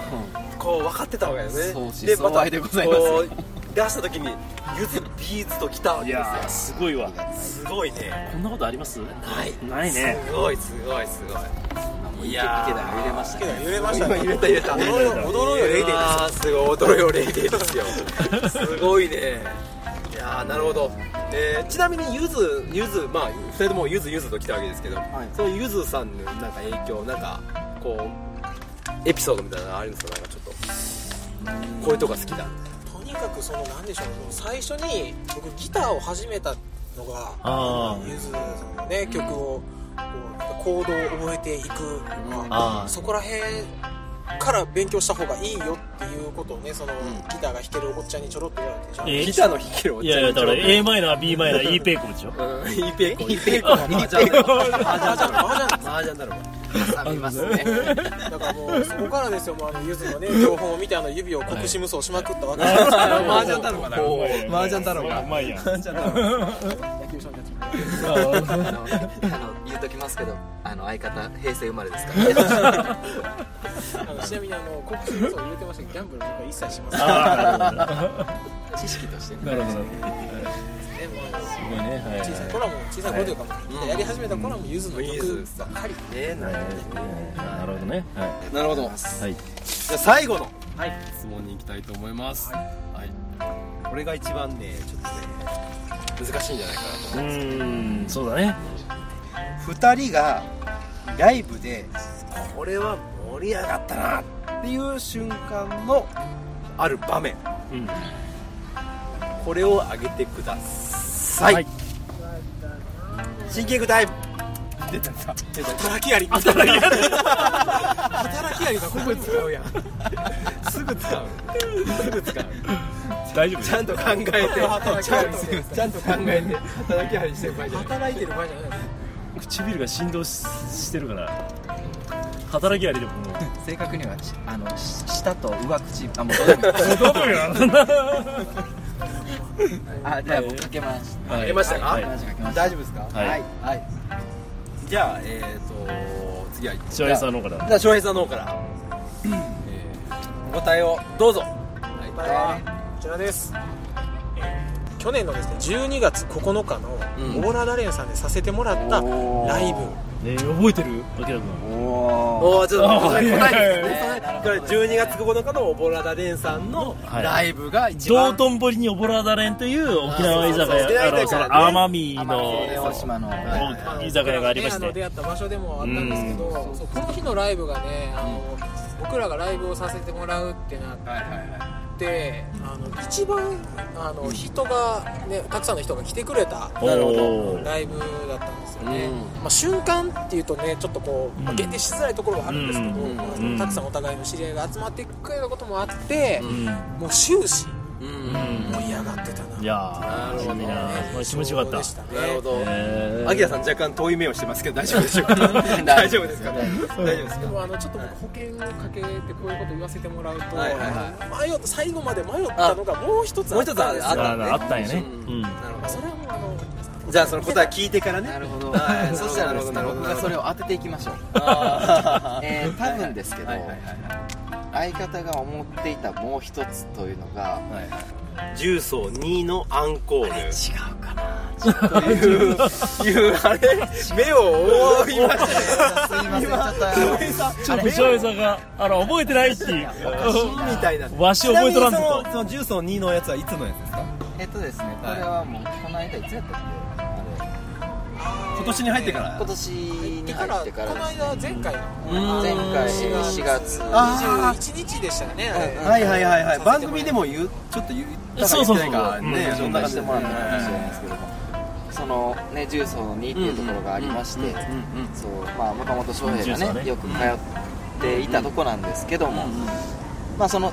Speaker 3: こう分かってたわけですね
Speaker 5: 相思相愛でございます
Speaker 3: こう出した時にゆずビーズときたわ
Speaker 2: い
Speaker 3: けで
Speaker 2: やーすごいわ
Speaker 3: すよすごいね
Speaker 2: こんなことあります
Speaker 3: はい
Speaker 2: ないね
Speaker 3: すごいすごいすごいいやー
Speaker 5: 入れました
Speaker 4: けど揺れました
Speaker 3: 今
Speaker 4: ね
Speaker 3: 入れた入れた
Speaker 4: 踊ろうよ踊ろうよ0.1
Speaker 3: あーすごい踊ろうよ0.1ですよすごいねいやーなるほど、えーちなみにゆずゆずまあ2人ともゆずゆずと来たわけですけど、そのゆずさんのなんか影響なんかこうエピソードみたいなのあるんですかなんかちょっとこういうとこが好きだ
Speaker 4: とにかくそのなんでしょうその最初に僕ギターを始めたのが
Speaker 6: あー
Speaker 4: ゆずさんのね曲をこうコードを覚えていくの
Speaker 6: あ
Speaker 4: が
Speaker 6: ー
Speaker 4: そこら辺から勉強した方がいいよっていうことをねそのギターが弾けるおっちゃんにちょろっと言われてじゃあ
Speaker 6: え
Speaker 3: ギターの弾けるおっ
Speaker 6: い
Speaker 3: ち
Speaker 6: や
Speaker 3: ゃん
Speaker 6: いやだから A マイナー B マイナー E ペイコムでしょ
Speaker 3: うん E ペイコ
Speaker 5: イペイコだなじゃ
Speaker 4: マージャンマージャン
Speaker 3: マージャンだろう
Speaker 5: あありますね
Speaker 4: だからもうそこからですよもうあのゆずのね標本を見てあの指を国士無双しまくったわけです
Speaker 3: マ
Speaker 4: よ、
Speaker 3: ージャンだろうかな
Speaker 5: おー麻雀だろう
Speaker 6: う
Speaker 5: か
Speaker 6: まいやん
Speaker 5: あの言うときますけどあの相方平成生まれですからね
Speaker 4: あのちなみにあの国士無双入れてましたけどギャンブル僕は一切しませんね
Speaker 6: あ
Speaker 5: 知識として
Speaker 6: ーなるほどなるほど
Speaker 4: もうあの
Speaker 6: すごいねはい
Speaker 4: 小さい頃も小さい頃というかもうみんなやり始めた頃もゆずの
Speaker 3: ゆ
Speaker 4: 曲
Speaker 3: ず
Speaker 4: ばっかり
Speaker 3: ねな
Speaker 6: はいなるほどねはい
Speaker 3: なるほど
Speaker 6: はい
Speaker 3: じゃあ最後の質問に行きたいと思います、はいこれが一番ねちょっとね難しいんじゃないかなと
Speaker 6: うーんそうだね
Speaker 3: 2人がライブでこれは盛り上がったなっていう瞬間のある場面
Speaker 6: うん
Speaker 3: これを挙げてください、
Speaker 6: はい
Speaker 3: シンキングタイム出た出た出た
Speaker 4: 働きあり働きあり働きありがここに使うやん
Speaker 3: すぐ使うすぐ使う
Speaker 6: 大丈夫
Speaker 3: ちゃんと考えてちゃんとちゃんと考えて働きありしてる場合じゃない
Speaker 4: 働いてる場合じゃない
Speaker 6: 唇が振動ししてるから働きありでももう
Speaker 5: 正確にはちあのし舌と上口あもうどうでも
Speaker 6: どうだ よ
Speaker 5: あじゃあ僕かけます
Speaker 6: はい
Speaker 3: 出ましたか
Speaker 6: はい
Speaker 5: マジかけました
Speaker 3: 大丈夫ですか
Speaker 6: はい
Speaker 5: はい
Speaker 3: じゃあえっ、と次は
Speaker 6: 千葉さんの方から
Speaker 3: じゃあ翔平さんの方から、えーお答えをどうぞは
Speaker 4: こちらです、えー去年のですね12月9日の
Speaker 3: うん
Speaker 4: オーラダレンさんでさせてもらったライブ、
Speaker 6: ね覚えてる明君
Speaker 5: お
Speaker 3: い
Speaker 5: お
Speaker 3: おーちょっと
Speaker 6: おー
Speaker 3: 答え答えです
Speaker 5: いやい
Speaker 3: ね
Speaker 5: や
Speaker 3: これ12月9日のオボラダレンさんの
Speaker 6: はい
Speaker 5: ライブが一
Speaker 6: 道
Speaker 5: 番
Speaker 6: 頓堀にオボラダレンという沖縄居酒
Speaker 3: あそうそう
Speaker 6: 屋あの
Speaker 3: そ
Speaker 6: そうの奄美の
Speaker 5: 大島の
Speaker 6: そう居酒屋がありまし
Speaker 4: ねの出
Speaker 6: て
Speaker 4: 会った場所でもあったんですけど、そうこの日のライブがねあの、僕らがライブをさせてもらうってなってあの一番あの人が、ね、たくさんの人が来てくれた
Speaker 6: おー
Speaker 4: ライブだったんですよね、まあ、瞬間っていうとねちょっとこう、まあ
Speaker 6: うん
Speaker 4: 限定しづらいところがあるんですけど、
Speaker 6: うん
Speaker 4: まあ
Speaker 6: うん
Speaker 4: たくさんお互いの知り合いが集まってくれたこともあって、
Speaker 6: うん
Speaker 4: もう終始
Speaker 3: うん
Speaker 4: 盛り上がってたな、
Speaker 6: いや
Speaker 3: なるほど
Speaker 6: ーいいな
Speaker 4: ね
Speaker 6: まあ気持ちよかった
Speaker 4: でしたね
Speaker 3: なるほど
Speaker 6: え
Speaker 3: アキラさん若干遠い目をしてますけど大丈夫でしょうか 大丈夫ですか大丈夫です
Speaker 4: で
Speaker 3: か
Speaker 4: もあのちょっと僕保険をかけてこういうこと言わせてもらうと、
Speaker 3: はいはい
Speaker 4: 迷った最後まで迷ったのがもう一つ
Speaker 3: も
Speaker 4: あ
Speaker 3: う
Speaker 4: っ
Speaker 3: 一つ
Speaker 4: たんですよ
Speaker 3: あった
Speaker 6: ああったんやね
Speaker 3: う
Speaker 6: うん
Speaker 3: なるほ
Speaker 4: まあそれはもうあの
Speaker 3: どじゃあその答え聞いてからね
Speaker 5: なるほど
Speaker 3: はい
Speaker 5: そしたらですね
Speaker 3: なるほどなる
Speaker 5: 僕が
Speaker 3: ほど
Speaker 5: それを当てていき ましょう
Speaker 3: あ
Speaker 5: えー多分ですけ
Speaker 3: ー
Speaker 5: ど
Speaker 3: はいはいは
Speaker 5: 相方が思っていたもう一つというのが
Speaker 3: いはい重曹2のアンコール
Speaker 5: 違うかな
Speaker 3: いう、いう、あれ目を覆いました
Speaker 5: すいませんちょっ
Speaker 3: ね。
Speaker 6: ちょっと翔平さんがあの覚えてないって いう
Speaker 3: みたいな。
Speaker 6: わし覚えとらんぞ
Speaker 3: そのジュースの2のやつはいつのやつですか
Speaker 5: とえっとですねこれはもうこの間いつやったっけあ
Speaker 3: 今年に入ってか
Speaker 5: れ
Speaker 3: ら
Speaker 5: 今年に
Speaker 4: だか
Speaker 5: 入
Speaker 4: ら
Speaker 5: って
Speaker 4: こ
Speaker 5: から
Speaker 4: の
Speaker 5: ですね
Speaker 4: 間前回の
Speaker 5: 前回4月
Speaker 3: あ
Speaker 4: 21日でしたよねあれ
Speaker 5: うん
Speaker 3: はいはいはいはい。番組でも言う、ちょっと言った
Speaker 6: そうそうそう
Speaker 3: か言ってないかね、
Speaker 5: 紹介してもらったかもしれないですけどもそのね重曹の2っていうところがありまして、そうまあもともと翔平
Speaker 6: 重曹
Speaker 5: がね
Speaker 6: ね
Speaker 5: よく通っていたとこなんですけども、まあその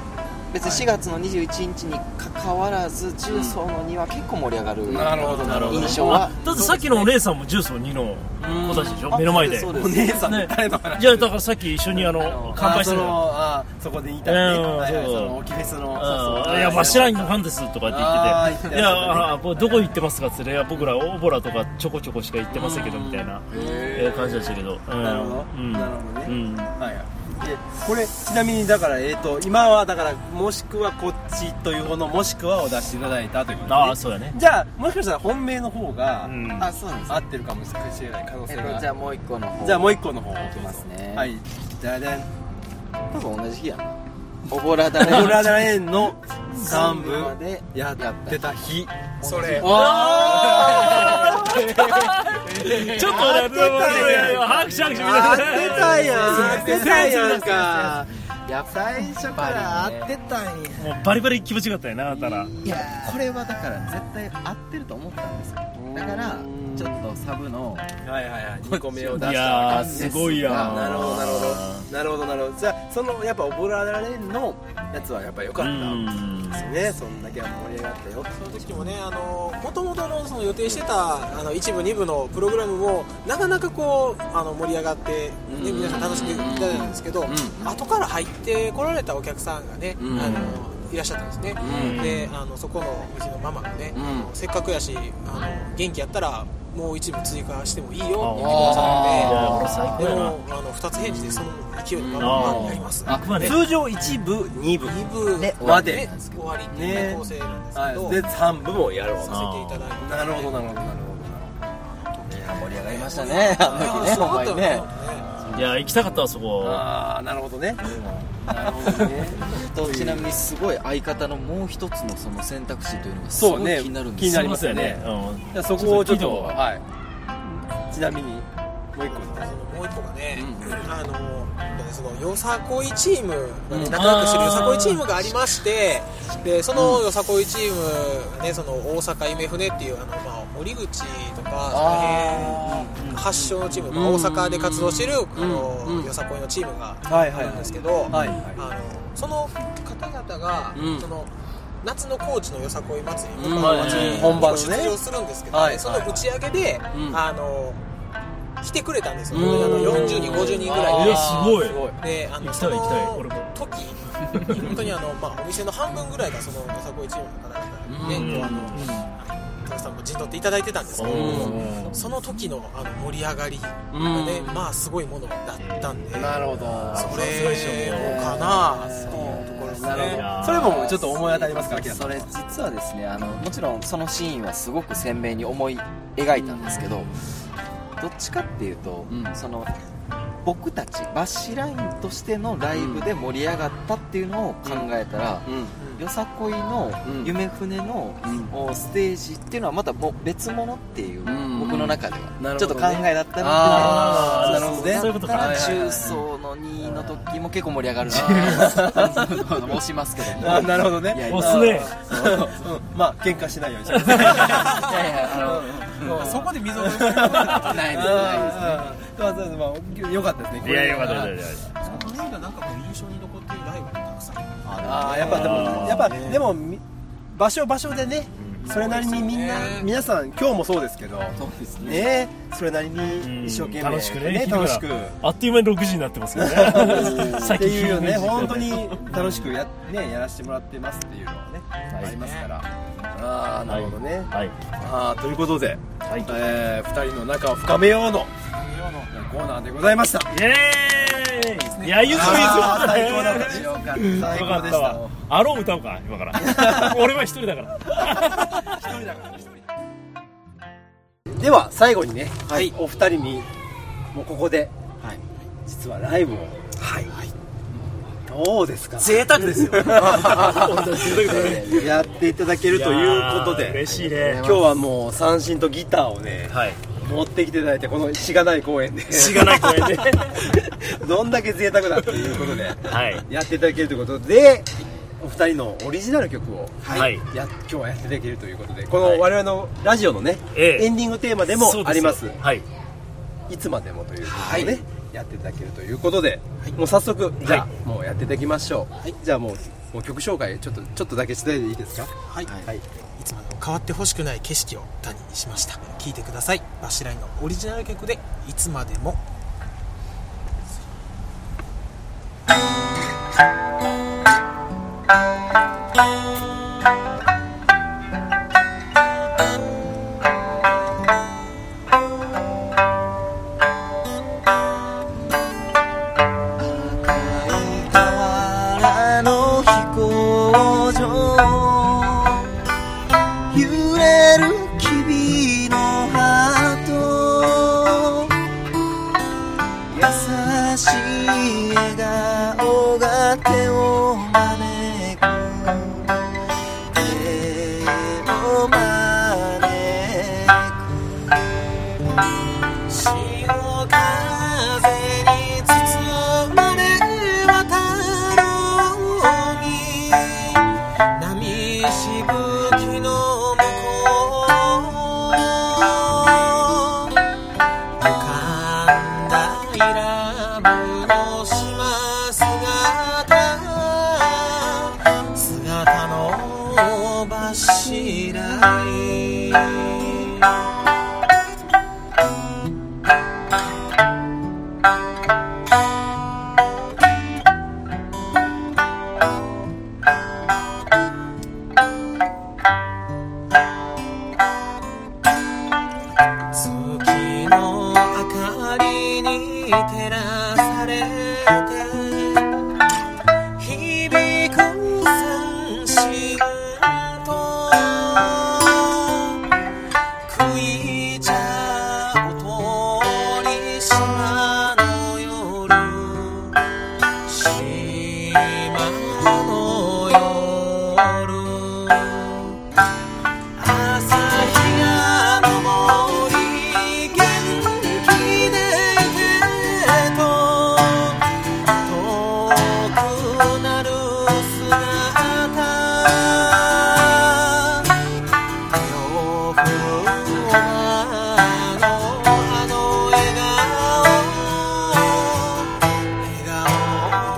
Speaker 5: 別に4月の21日にかかわらず重曹の2は結構盛り上がる
Speaker 3: なるほどなるほど
Speaker 5: 印象
Speaker 2: あ
Speaker 5: は
Speaker 2: だってさっきのお姉さんも重曹2の子たちでしょ目の前で
Speaker 5: そう
Speaker 3: お
Speaker 5: です
Speaker 3: 姉さん
Speaker 2: ね
Speaker 3: って誰の話
Speaker 2: じゃあだからさっき一緒にあの乾杯してる
Speaker 3: あーそ
Speaker 2: の
Speaker 3: のあーそこで言いたいね、
Speaker 2: うん
Speaker 3: はいはい
Speaker 2: そう
Speaker 3: その沖フェスのそうそう
Speaker 2: いや、バシラインのファンですとか
Speaker 3: あー
Speaker 2: っ
Speaker 3: 言ってて
Speaker 2: 言
Speaker 3: た
Speaker 2: っ
Speaker 3: ね
Speaker 2: てて、いや、あーこれどこ行ってますかって言っていや、僕らオボラとかちょこちょこしか行ってませんけど、みたいなえー感じでしたけど。うん
Speaker 3: なるほど、
Speaker 2: うん
Speaker 3: なるほどね、
Speaker 2: うん
Speaker 3: はいはいでこれちなみにだからえっ、と今はだからもしくはこっちというものもしくはを出していただいたということ
Speaker 2: ああ、
Speaker 3: ね
Speaker 2: そうだね。
Speaker 3: じゃあもしかしたら本命の方が、
Speaker 2: うん
Speaker 5: あそうなんです
Speaker 3: 合ってるかもしれない可能
Speaker 5: え
Speaker 3: 性
Speaker 5: っと
Speaker 3: が
Speaker 5: じゃあもう一個の方
Speaker 3: じゃあもう一個の方を
Speaker 5: いきますね
Speaker 3: はいじゃあでん
Speaker 5: 多分同じ日やなおぼらだね
Speaker 3: オラダレンの3部
Speaker 5: まで
Speaker 3: やってた日
Speaker 4: それ
Speaker 2: ちょっと俺、いや
Speaker 3: てたよ
Speaker 2: いや拍手拍手み
Speaker 3: 合って
Speaker 2: たいな。
Speaker 3: たやん合 ってたやんか
Speaker 5: やっぱりね
Speaker 3: 初
Speaker 4: てたんや
Speaker 2: もうバリバリ気持ちよかったよな、だから。
Speaker 5: いやこれはだから絶対合ってると思ったんですよだからちょっとサブの
Speaker 3: はいはいはい2個目を出
Speaker 2: い
Speaker 3: した
Speaker 2: やー、すごいやん。
Speaker 3: なるほどなるほどなるほどなるほどじゃあそのやっぱオボラダレンのやつはやっぱ良かった
Speaker 2: うん
Speaker 3: ですねそんだけ盛り上がったよ
Speaker 4: その時もねあの元々のその予定してたあの一部二部のプログラムもなかなかこうあの盛り上がって、ね
Speaker 3: うん
Speaker 4: 皆さん楽しんでいただいたんですけど、
Speaker 3: ん
Speaker 4: 後から入ってこられたお客さんがね、
Speaker 3: うん
Speaker 4: あのいらっしゃったんですね、
Speaker 3: うん
Speaker 4: であのそこのうちのママがね、
Speaker 3: うん
Speaker 4: あのせっかくやしあの元気やったらもう一部追加してもいいよって言ってくだ
Speaker 2: いや
Speaker 4: さ
Speaker 2: これ最
Speaker 4: っ
Speaker 2: 高
Speaker 4: てで
Speaker 2: やな。
Speaker 4: もあの2つ返事でその勢いのまままあやります
Speaker 2: あくまで。
Speaker 3: 通常1部2部
Speaker 4: 2部
Speaker 5: で
Speaker 3: 終わり
Speaker 4: で終わりっていうね構成なんですけど、
Speaker 3: はいで3部もやろう
Speaker 4: させていただいて
Speaker 3: なるほどなるほどなるほ
Speaker 5: 盛り上がりましたねあの時ね
Speaker 4: すご
Speaker 5: お
Speaker 4: かった
Speaker 5: 前
Speaker 4: よ
Speaker 5: ね
Speaker 4: ね
Speaker 2: いや、行きたかったわ、そこ
Speaker 3: ど。ああなるほどねなるほどね
Speaker 5: とちなみにすごい相方のもう一つのその選択肢というのがす
Speaker 3: そ
Speaker 5: ご
Speaker 3: う
Speaker 5: い
Speaker 3: ね
Speaker 5: 気になるん
Speaker 3: 気にな
Speaker 5: ですよ
Speaker 3: りますよね
Speaker 2: うん
Speaker 3: じゃあそこをちょっ
Speaker 2: ちょっ
Speaker 3: と
Speaker 2: と聞い
Speaker 3: はいちなみにもう一個
Speaker 4: そのもう一個がね、あのすごいよさこいチームがね、仲良くしてるよさこいチームがありましてでそのよさこいチームがねその大阪夢船っていうあの、まあ、森口とかその辺発祥のチーム、まあ、大阪で活動してる、あのよさこいのチームが
Speaker 3: はい
Speaker 4: あるんですけど、
Speaker 3: はいはい
Speaker 4: あのその方々が、
Speaker 3: うん
Speaker 4: その夏の高知のよさこい祭り、
Speaker 3: うん
Speaker 4: 僕は祭り
Speaker 3: うん本番のね
Speaker 4: 出場するんですけど、
Speaker 3: はい
Speaker 4: ねその打ち上げで、
Speaker 3: うん
Speaker 4: あの来てくれたんですよ、
Speaker 3: うん
Speaker 4: あの40人50人ぐらい
Speaker 2: え、すごい。
Speaker 4: でであ
Speaker 2: 行
Speaker 4: の
Speaker 2: き
Speaker 4: そ
Speaker 2: たい
Speaker 4: の
Speaker 2: 行きたい俺も
Speaker 4: 時本当にあの、まあ、お店の半分ぐらいがそのよさこいチームの方々
Speaker 2: う
Speaker 4: に
Speaker 2: ん
Speaker 4: ね、こうあのたくさんこう陣取っていただいてたんですけど、
Speaker 2: うん
Speaker 4: その時のあの盛り上がりがね、
Speaker 3: う
Speaker 4: まあすごいものだったんで、
Speaker 3: なるほど
Speaker 4: それかなっていうところですね
Speaker 3: なるほ
Speaker 2: やー
Speaker 3: どそれもちょっと思い当たりますか明らか
Speaker 5: それ実はですねあのもちろんそのシーンはすごく鮮明に思い描いたんですけどどっちかっていうと、
Speaker 3: うん
Speaker 5: その僕たちバッシュラインとしてのライブで盛り上がったっていうのを考えたら、よさこいの
Speaker 3: うん
Speaker 5: 夢船の
Speaker 3: うん
Speaker 5: おステージっていうのはまたもう別物っていう、
Speaker 3: ん
Speaker 5: 僕の中では、
Speaker 3: なる
Speaker 5: ち
Speaker 3: ほ
Speaker 5: ょっ
Speaker 3: ど
Speaker 5: と
Speaker 3: ね
Speaker 5: 考えだった
Speaker 3: あ
Speaker 5: の
Speaker 3: ー
Speaker 5: で
Speaker 3: なるほどね
Speaker 5: だ
Speaker 2: そういうこと
Speaker 5: っ
Speaker 2: か
Speaker 5: たら
Speaker 3: はいはいはい
Speaker 5: 中層の2の時も結構盛り上が る な申しますけども
Speaker 3: あなるほどね
Speaker 5: いやい
Speaker 2: おすね。
Speaker 3: うんまあ喧嘩しないようにします
Speaker 5: いやいやあの
Speaker 4: まあそこで溝が
Speaker 5: ないですないです
Speaker 3: あーまあそうですまあよかったですね
Speaker 2: いや、よかったよかっ
Speaker 4: その辺がなんかこう印象に残っているライブがたくさん
Speaker 3: ああやっぱでもやっぱでもみ場所場所でねそれなりにみんな
Speaker 4: そうですね
Speaker 3: 皆さん今日もそうですけど
Speaker 5: そうですね
Speaker 3: ねそれなり
Speaker 2: た
Speaker 3: に一生懸命
Speaker 2: 楽しくね、
Speaker 3: 楽しく
Speaker 2: 昼からあっという間に6時になってますけどね。さ
Speaker 3: っていうよね本当
Speaker 2: に。
Speaker 3: に楽しくやねやらせてもらってますっていうのはねありますからああなるほどね
Speaker 2: はい。
Speaker 3: ああということで
Speaker 2: はい。
Speaker 3: えー二人の仲を深めようのコーナーでございました
Speaker 2: イエーイいや、ゆずクイズ
Speaker 3: あー最高だった
Speaker 2: ね
Speaker 3: よかった最
Speaker 2: よか
Speaker 3: 高で
Speaker 2: っ
Speaker 3: したた
Speaker 2: わ。アロー歌おうか、今から。 俺は一人だから。
Speaker 3: では最後にね、お二人にもうここで、実はライブをはい、どうです か
Speaker 4: 贅沢ですよ
Speaker 3: やっていただけるという
Speaker 2: や
Speaker 3: こと
Speaker 2: ー
Speaker 3: で
Speaker 2: 嬉しいね
Speaker 3: 今。日はもう三振とギターをね、
Speaker 2: はい。
Speaker 3: 持ってきていただいてこのしがない公園で
Speaker 2: しがない公園で
Speaker 3: どんだけ贅沢だっていうことで
Speaker 2: はい。
Speaker 3: やっていただけるということでお二人のオリジナル曲を、
Speaker 2: はい。
Speaker 3: や今日はやっていただけるということでこの我々のラジオのね、
Speaker 2: ええ
Speaker 3: エンディングテーマでも
Speaker 2: そうす
Speaker 3: あります
Speaker 2: はい。
Speaker 3: いつまでもということでね、やっていただけるということで、もう早速じゃあ、もうやっていただきましょう、じゃあもうもう曲紹介ちょっとちょっとだけしていただいていいですか
Speaker 7: はい、、
Speaker 3: はいい
Speaker 7: つもの変わってほしくない景色を歌にしました聴いてくださいバシライのオリジナル曲で「いつまでも」
Speaker 4: 河原の飛行場揺れる君のハート優しい笑顔が手を招く手を招く潮風に包まれ渡る海波しぶきの向こう浮かんだイラブの島姿姿の柱に月の明かりに照らされて響く三振と食い茶を通り島の夜島の夜朝日が昇り元気でいてと遠くなる姿両風あのあの笑顔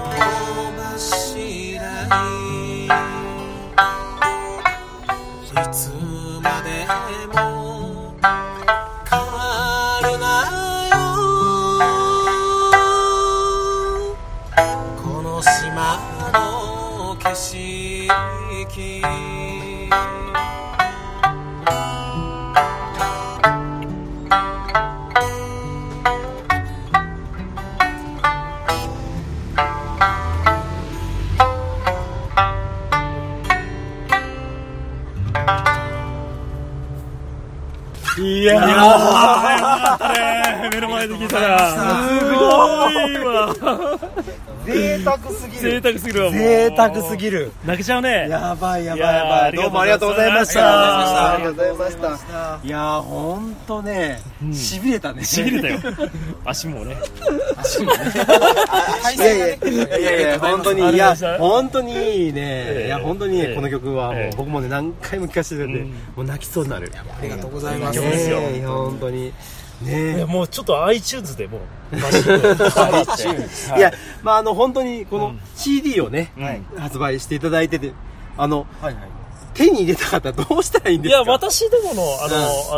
Speaker 4: 笑顔柱にいつまでも変わるなよこの島の景色
Speaker 2: いやー、よかったね目の前で聞いたら。すごいわ。
Speaker 3: 贅沢すぎ
Speaker 2: 贅沢すぎるわ、もう
Speaker 4: 贅沢すぎる
Speaker 2: 泣けちゃうね。
Speaker 4: やばいやば
Speaker 2: いや
Speaker 4: いや
Speaker 2: ー
Speaker 4: ば
Speaker 2: あ
Speaker 4: い
Speaker 2: り
Speaker 3: どうもありがとうございました
Speaker 2: あ
Speaker 3: あ
Speaker 2: り
Speaker 3: り
Speaker 2: が
Speaker 3: がとうございましたいやーほんとねしびれたね
Speaker 2: しびれたよ。足もね。
Speaker 3: いやいやいやいや本当にいや本当にいいねいや本当に
Speaker 2: ええ
Speaker 3: ねこの曲はも
Speaker 2: え
Speaker 3: う
Speaker 2: え
Speaker 3: 僕もね何回も聴かせていただいて
Speaker 2: うん
Speaker 3: もう泣きそうになる
Speaker 7: ありがとうございます
Speaker 2: 曲ですよ
Speaker 3: ねえ本当にね
Speaker 2: い
Speaker 3: え
Speaker 2: やもうちょっと iTunes でもう、バシッとバシッと
Speaker 3: いや、まあ、あの、本当に、この CD をね、
Speaker 2: はい
Speaker 3: 発売していただいてて、あの、手に入れた方どうしたらいいん
Speaker 2: い
Speaker 3: ですか
Speaker 2: や、私どもの、あ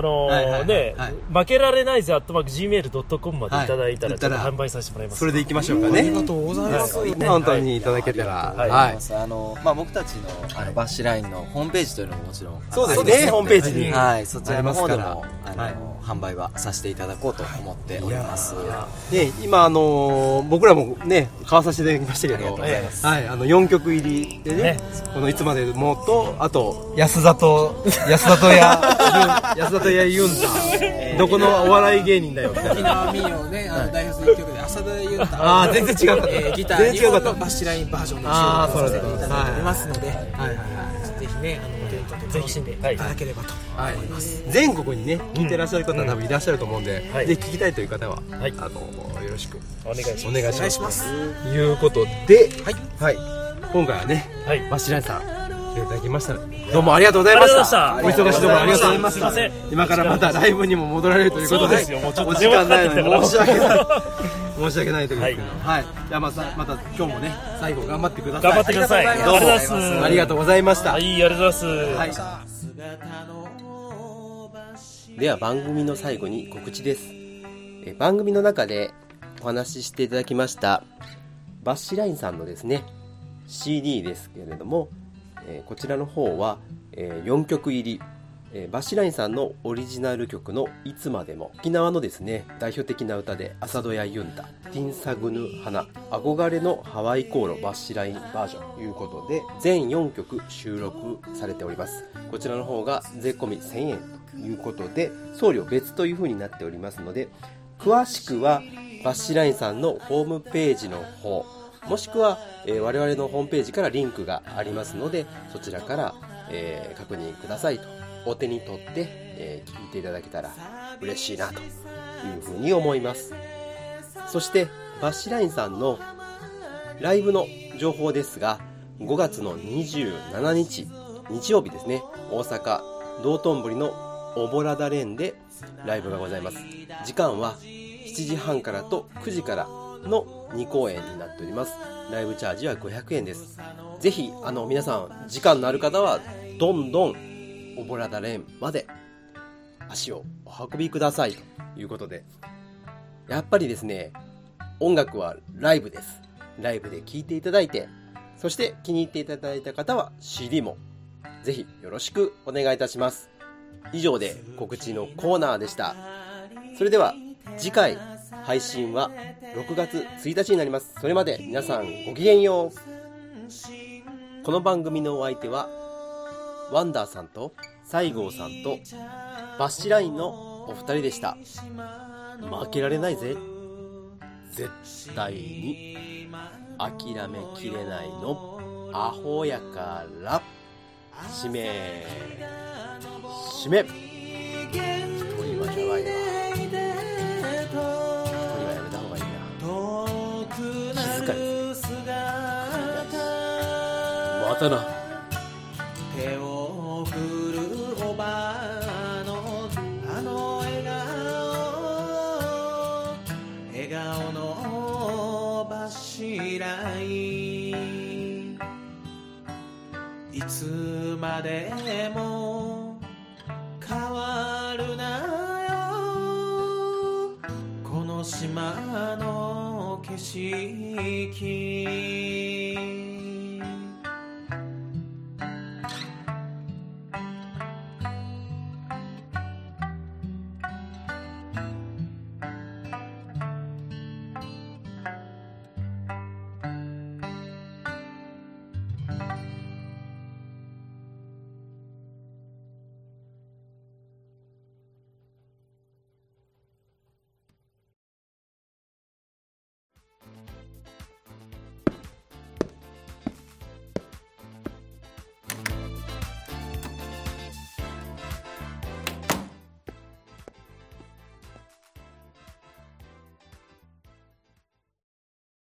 Speaker 2: の、
Speaker 3: はいはい
Speaker 2: あ
Speaker 3: は
Speaker 2: の、
Speaker 3: い
Speaker 2: ね
Speaker 3: はい、
Speaker 2: 負けられないぜ、アットマーク Gmail.com までいただいた
Speaker 3: は
Speaker 2: ら、
Speaker 3: い
Speaker 2: ちょっと販売させてもらいます。
Speaker 3: それで行きましょうかね。ありがとうございます。本当にいただけたら。
Speaker 2: はい
Speaker 3: はい。
Speaker 5: あの、まあ、僕たちのあのバッシュラインのホームページというのももちろん
Speaker 3: そうですね、ホームページに。
Speaker 5: はい、そちらの方で
Speaker 3: あり
Speaker 5: も
Speaker 3: ます
Speaker 5: あ
Speaker 3: から
Speaker 5: の、販売はさせていただこうと思っております。
Speaker 3: ね、今、あのー僕らもね、買わさせていただきましたけど、はい、あの、4曲入りでね、
Speaker 2: ね
Speaker 3: このいつまでもと、あと、
Speaker 4: 安里安里屋
Speaker 3: 安田やユンタ、どこのお笑い芸人だよ、みたいな。
Speaker 7: 沖縄民謡をね、あの代表する一曲で浅田裕太
Speaker 3: あー全然違った
Speaker 7: えー ギター
Speaker 3: 全然
Speaker 7: 日
Speaker 3: 違かっ
Speaker 7: 本
Speaker 3: た
Speaker 7: のバッシュラインバージョンで収
Speaker 3: あー
Speaker 7: 録させていただいておりますので、
Speaker 3: はいはいはい。
Speaker 7: ぜひね、あの手に取って楽しんでいただければと思います。
Speaker 3: 全国にね聞いてらっしゃる方多分いらっしゃると思うんで、
Speaker 2: はい
Speaker 3: ぜひ聞きたいという方は、
Speaker 2: はい
Speaker 3: あのよろしく
Speaker 2: お願いし
Speaker 3: お
Speaker 2: ます。
Speaker 3: 願いし
Speaker 7: お
Speaker 3: ま
Speaker 7: 願い
Speaker 3: す
Speaker 7: します。
Speaker 3: ということで、はい今回はね
Speaker 2: はい。ありが
Speaker 3: バシライさん来ていただきましたのでどうもありがとうございま
Speaker 2: とうございま
Speaker 3: し
Speaker 2: した
Speaker 3: た。お忙しいところありがとうございます
Speaker 2: すいません。
Speaker 3: 今からまたライブにも戻られるということで
Speaker 2: そうですよもうちょっと
Speaker 3: お時間ないのに申し訳ない申し訳ないところですけど、はい、じゃあまたまた今日もね最後頑張ってください
Speaker 2: 頑張ってください。
Speaker 3: どうも
Speaker 2: ありがとうございます
Speaker 3: ありがとうございました、
Speaker 2: はい、ありがとうございます。
Speaker 3: はいでは番組の最後に告知ですえー番組の中でお話ししていただきましたバッシュラインさんのですね CD ですけれども、えーこちらの方は、え4曲入り、えーバッシュラインさんのオリジナル曲の「いつまでも」沖縄のですね代表的な歌で「朝ドヤユンタ」「ティンサグヌ花」「憧れのハワイ航路バッシュラインバージョン」ということで全4曲収録されておりますこちらの方が税込み1000円ということで送料別というふうになっておりますので詳しくはバッシュラインさんのホームページの方もしくは、えー我々のホームページからリンクがありますのでそちらから、えー確認くださいとお手に取って、えー聞いていただけたら嬉しいなというふうに思いますそしてバッシュラインさんのライブの情報ですが5月の27日日曜日ですね大阪道頓堀のオボラダレンでライブがございます時間は7時半からと9時からの2公演になっておりますライブチャージは500円ですぜひあの皆さん時間のある方はどんどんオボラダレンまで足をお運びくださいということでやっぱりですね音楽はライブですライブで聴いていただいてそして気に入っていただいた方は CD もぜひよろしくお願いいたします以上で告知のコーナーでしたそれでは次回配信は6月1日になりますそれまで皆さんごきげんようこの番組のお相手はワンダーさんと西郷さんとバッシュラインのお二人でした負けられないぜ絶対に諦めきれないのアホやから締め締め一人はやばいな一人はやめた方がいいな気遣いするまたな
Speaker 4: 手を振るおばあのあの笑顔笑顔の柱いいつまでも変わるなよこの島の景色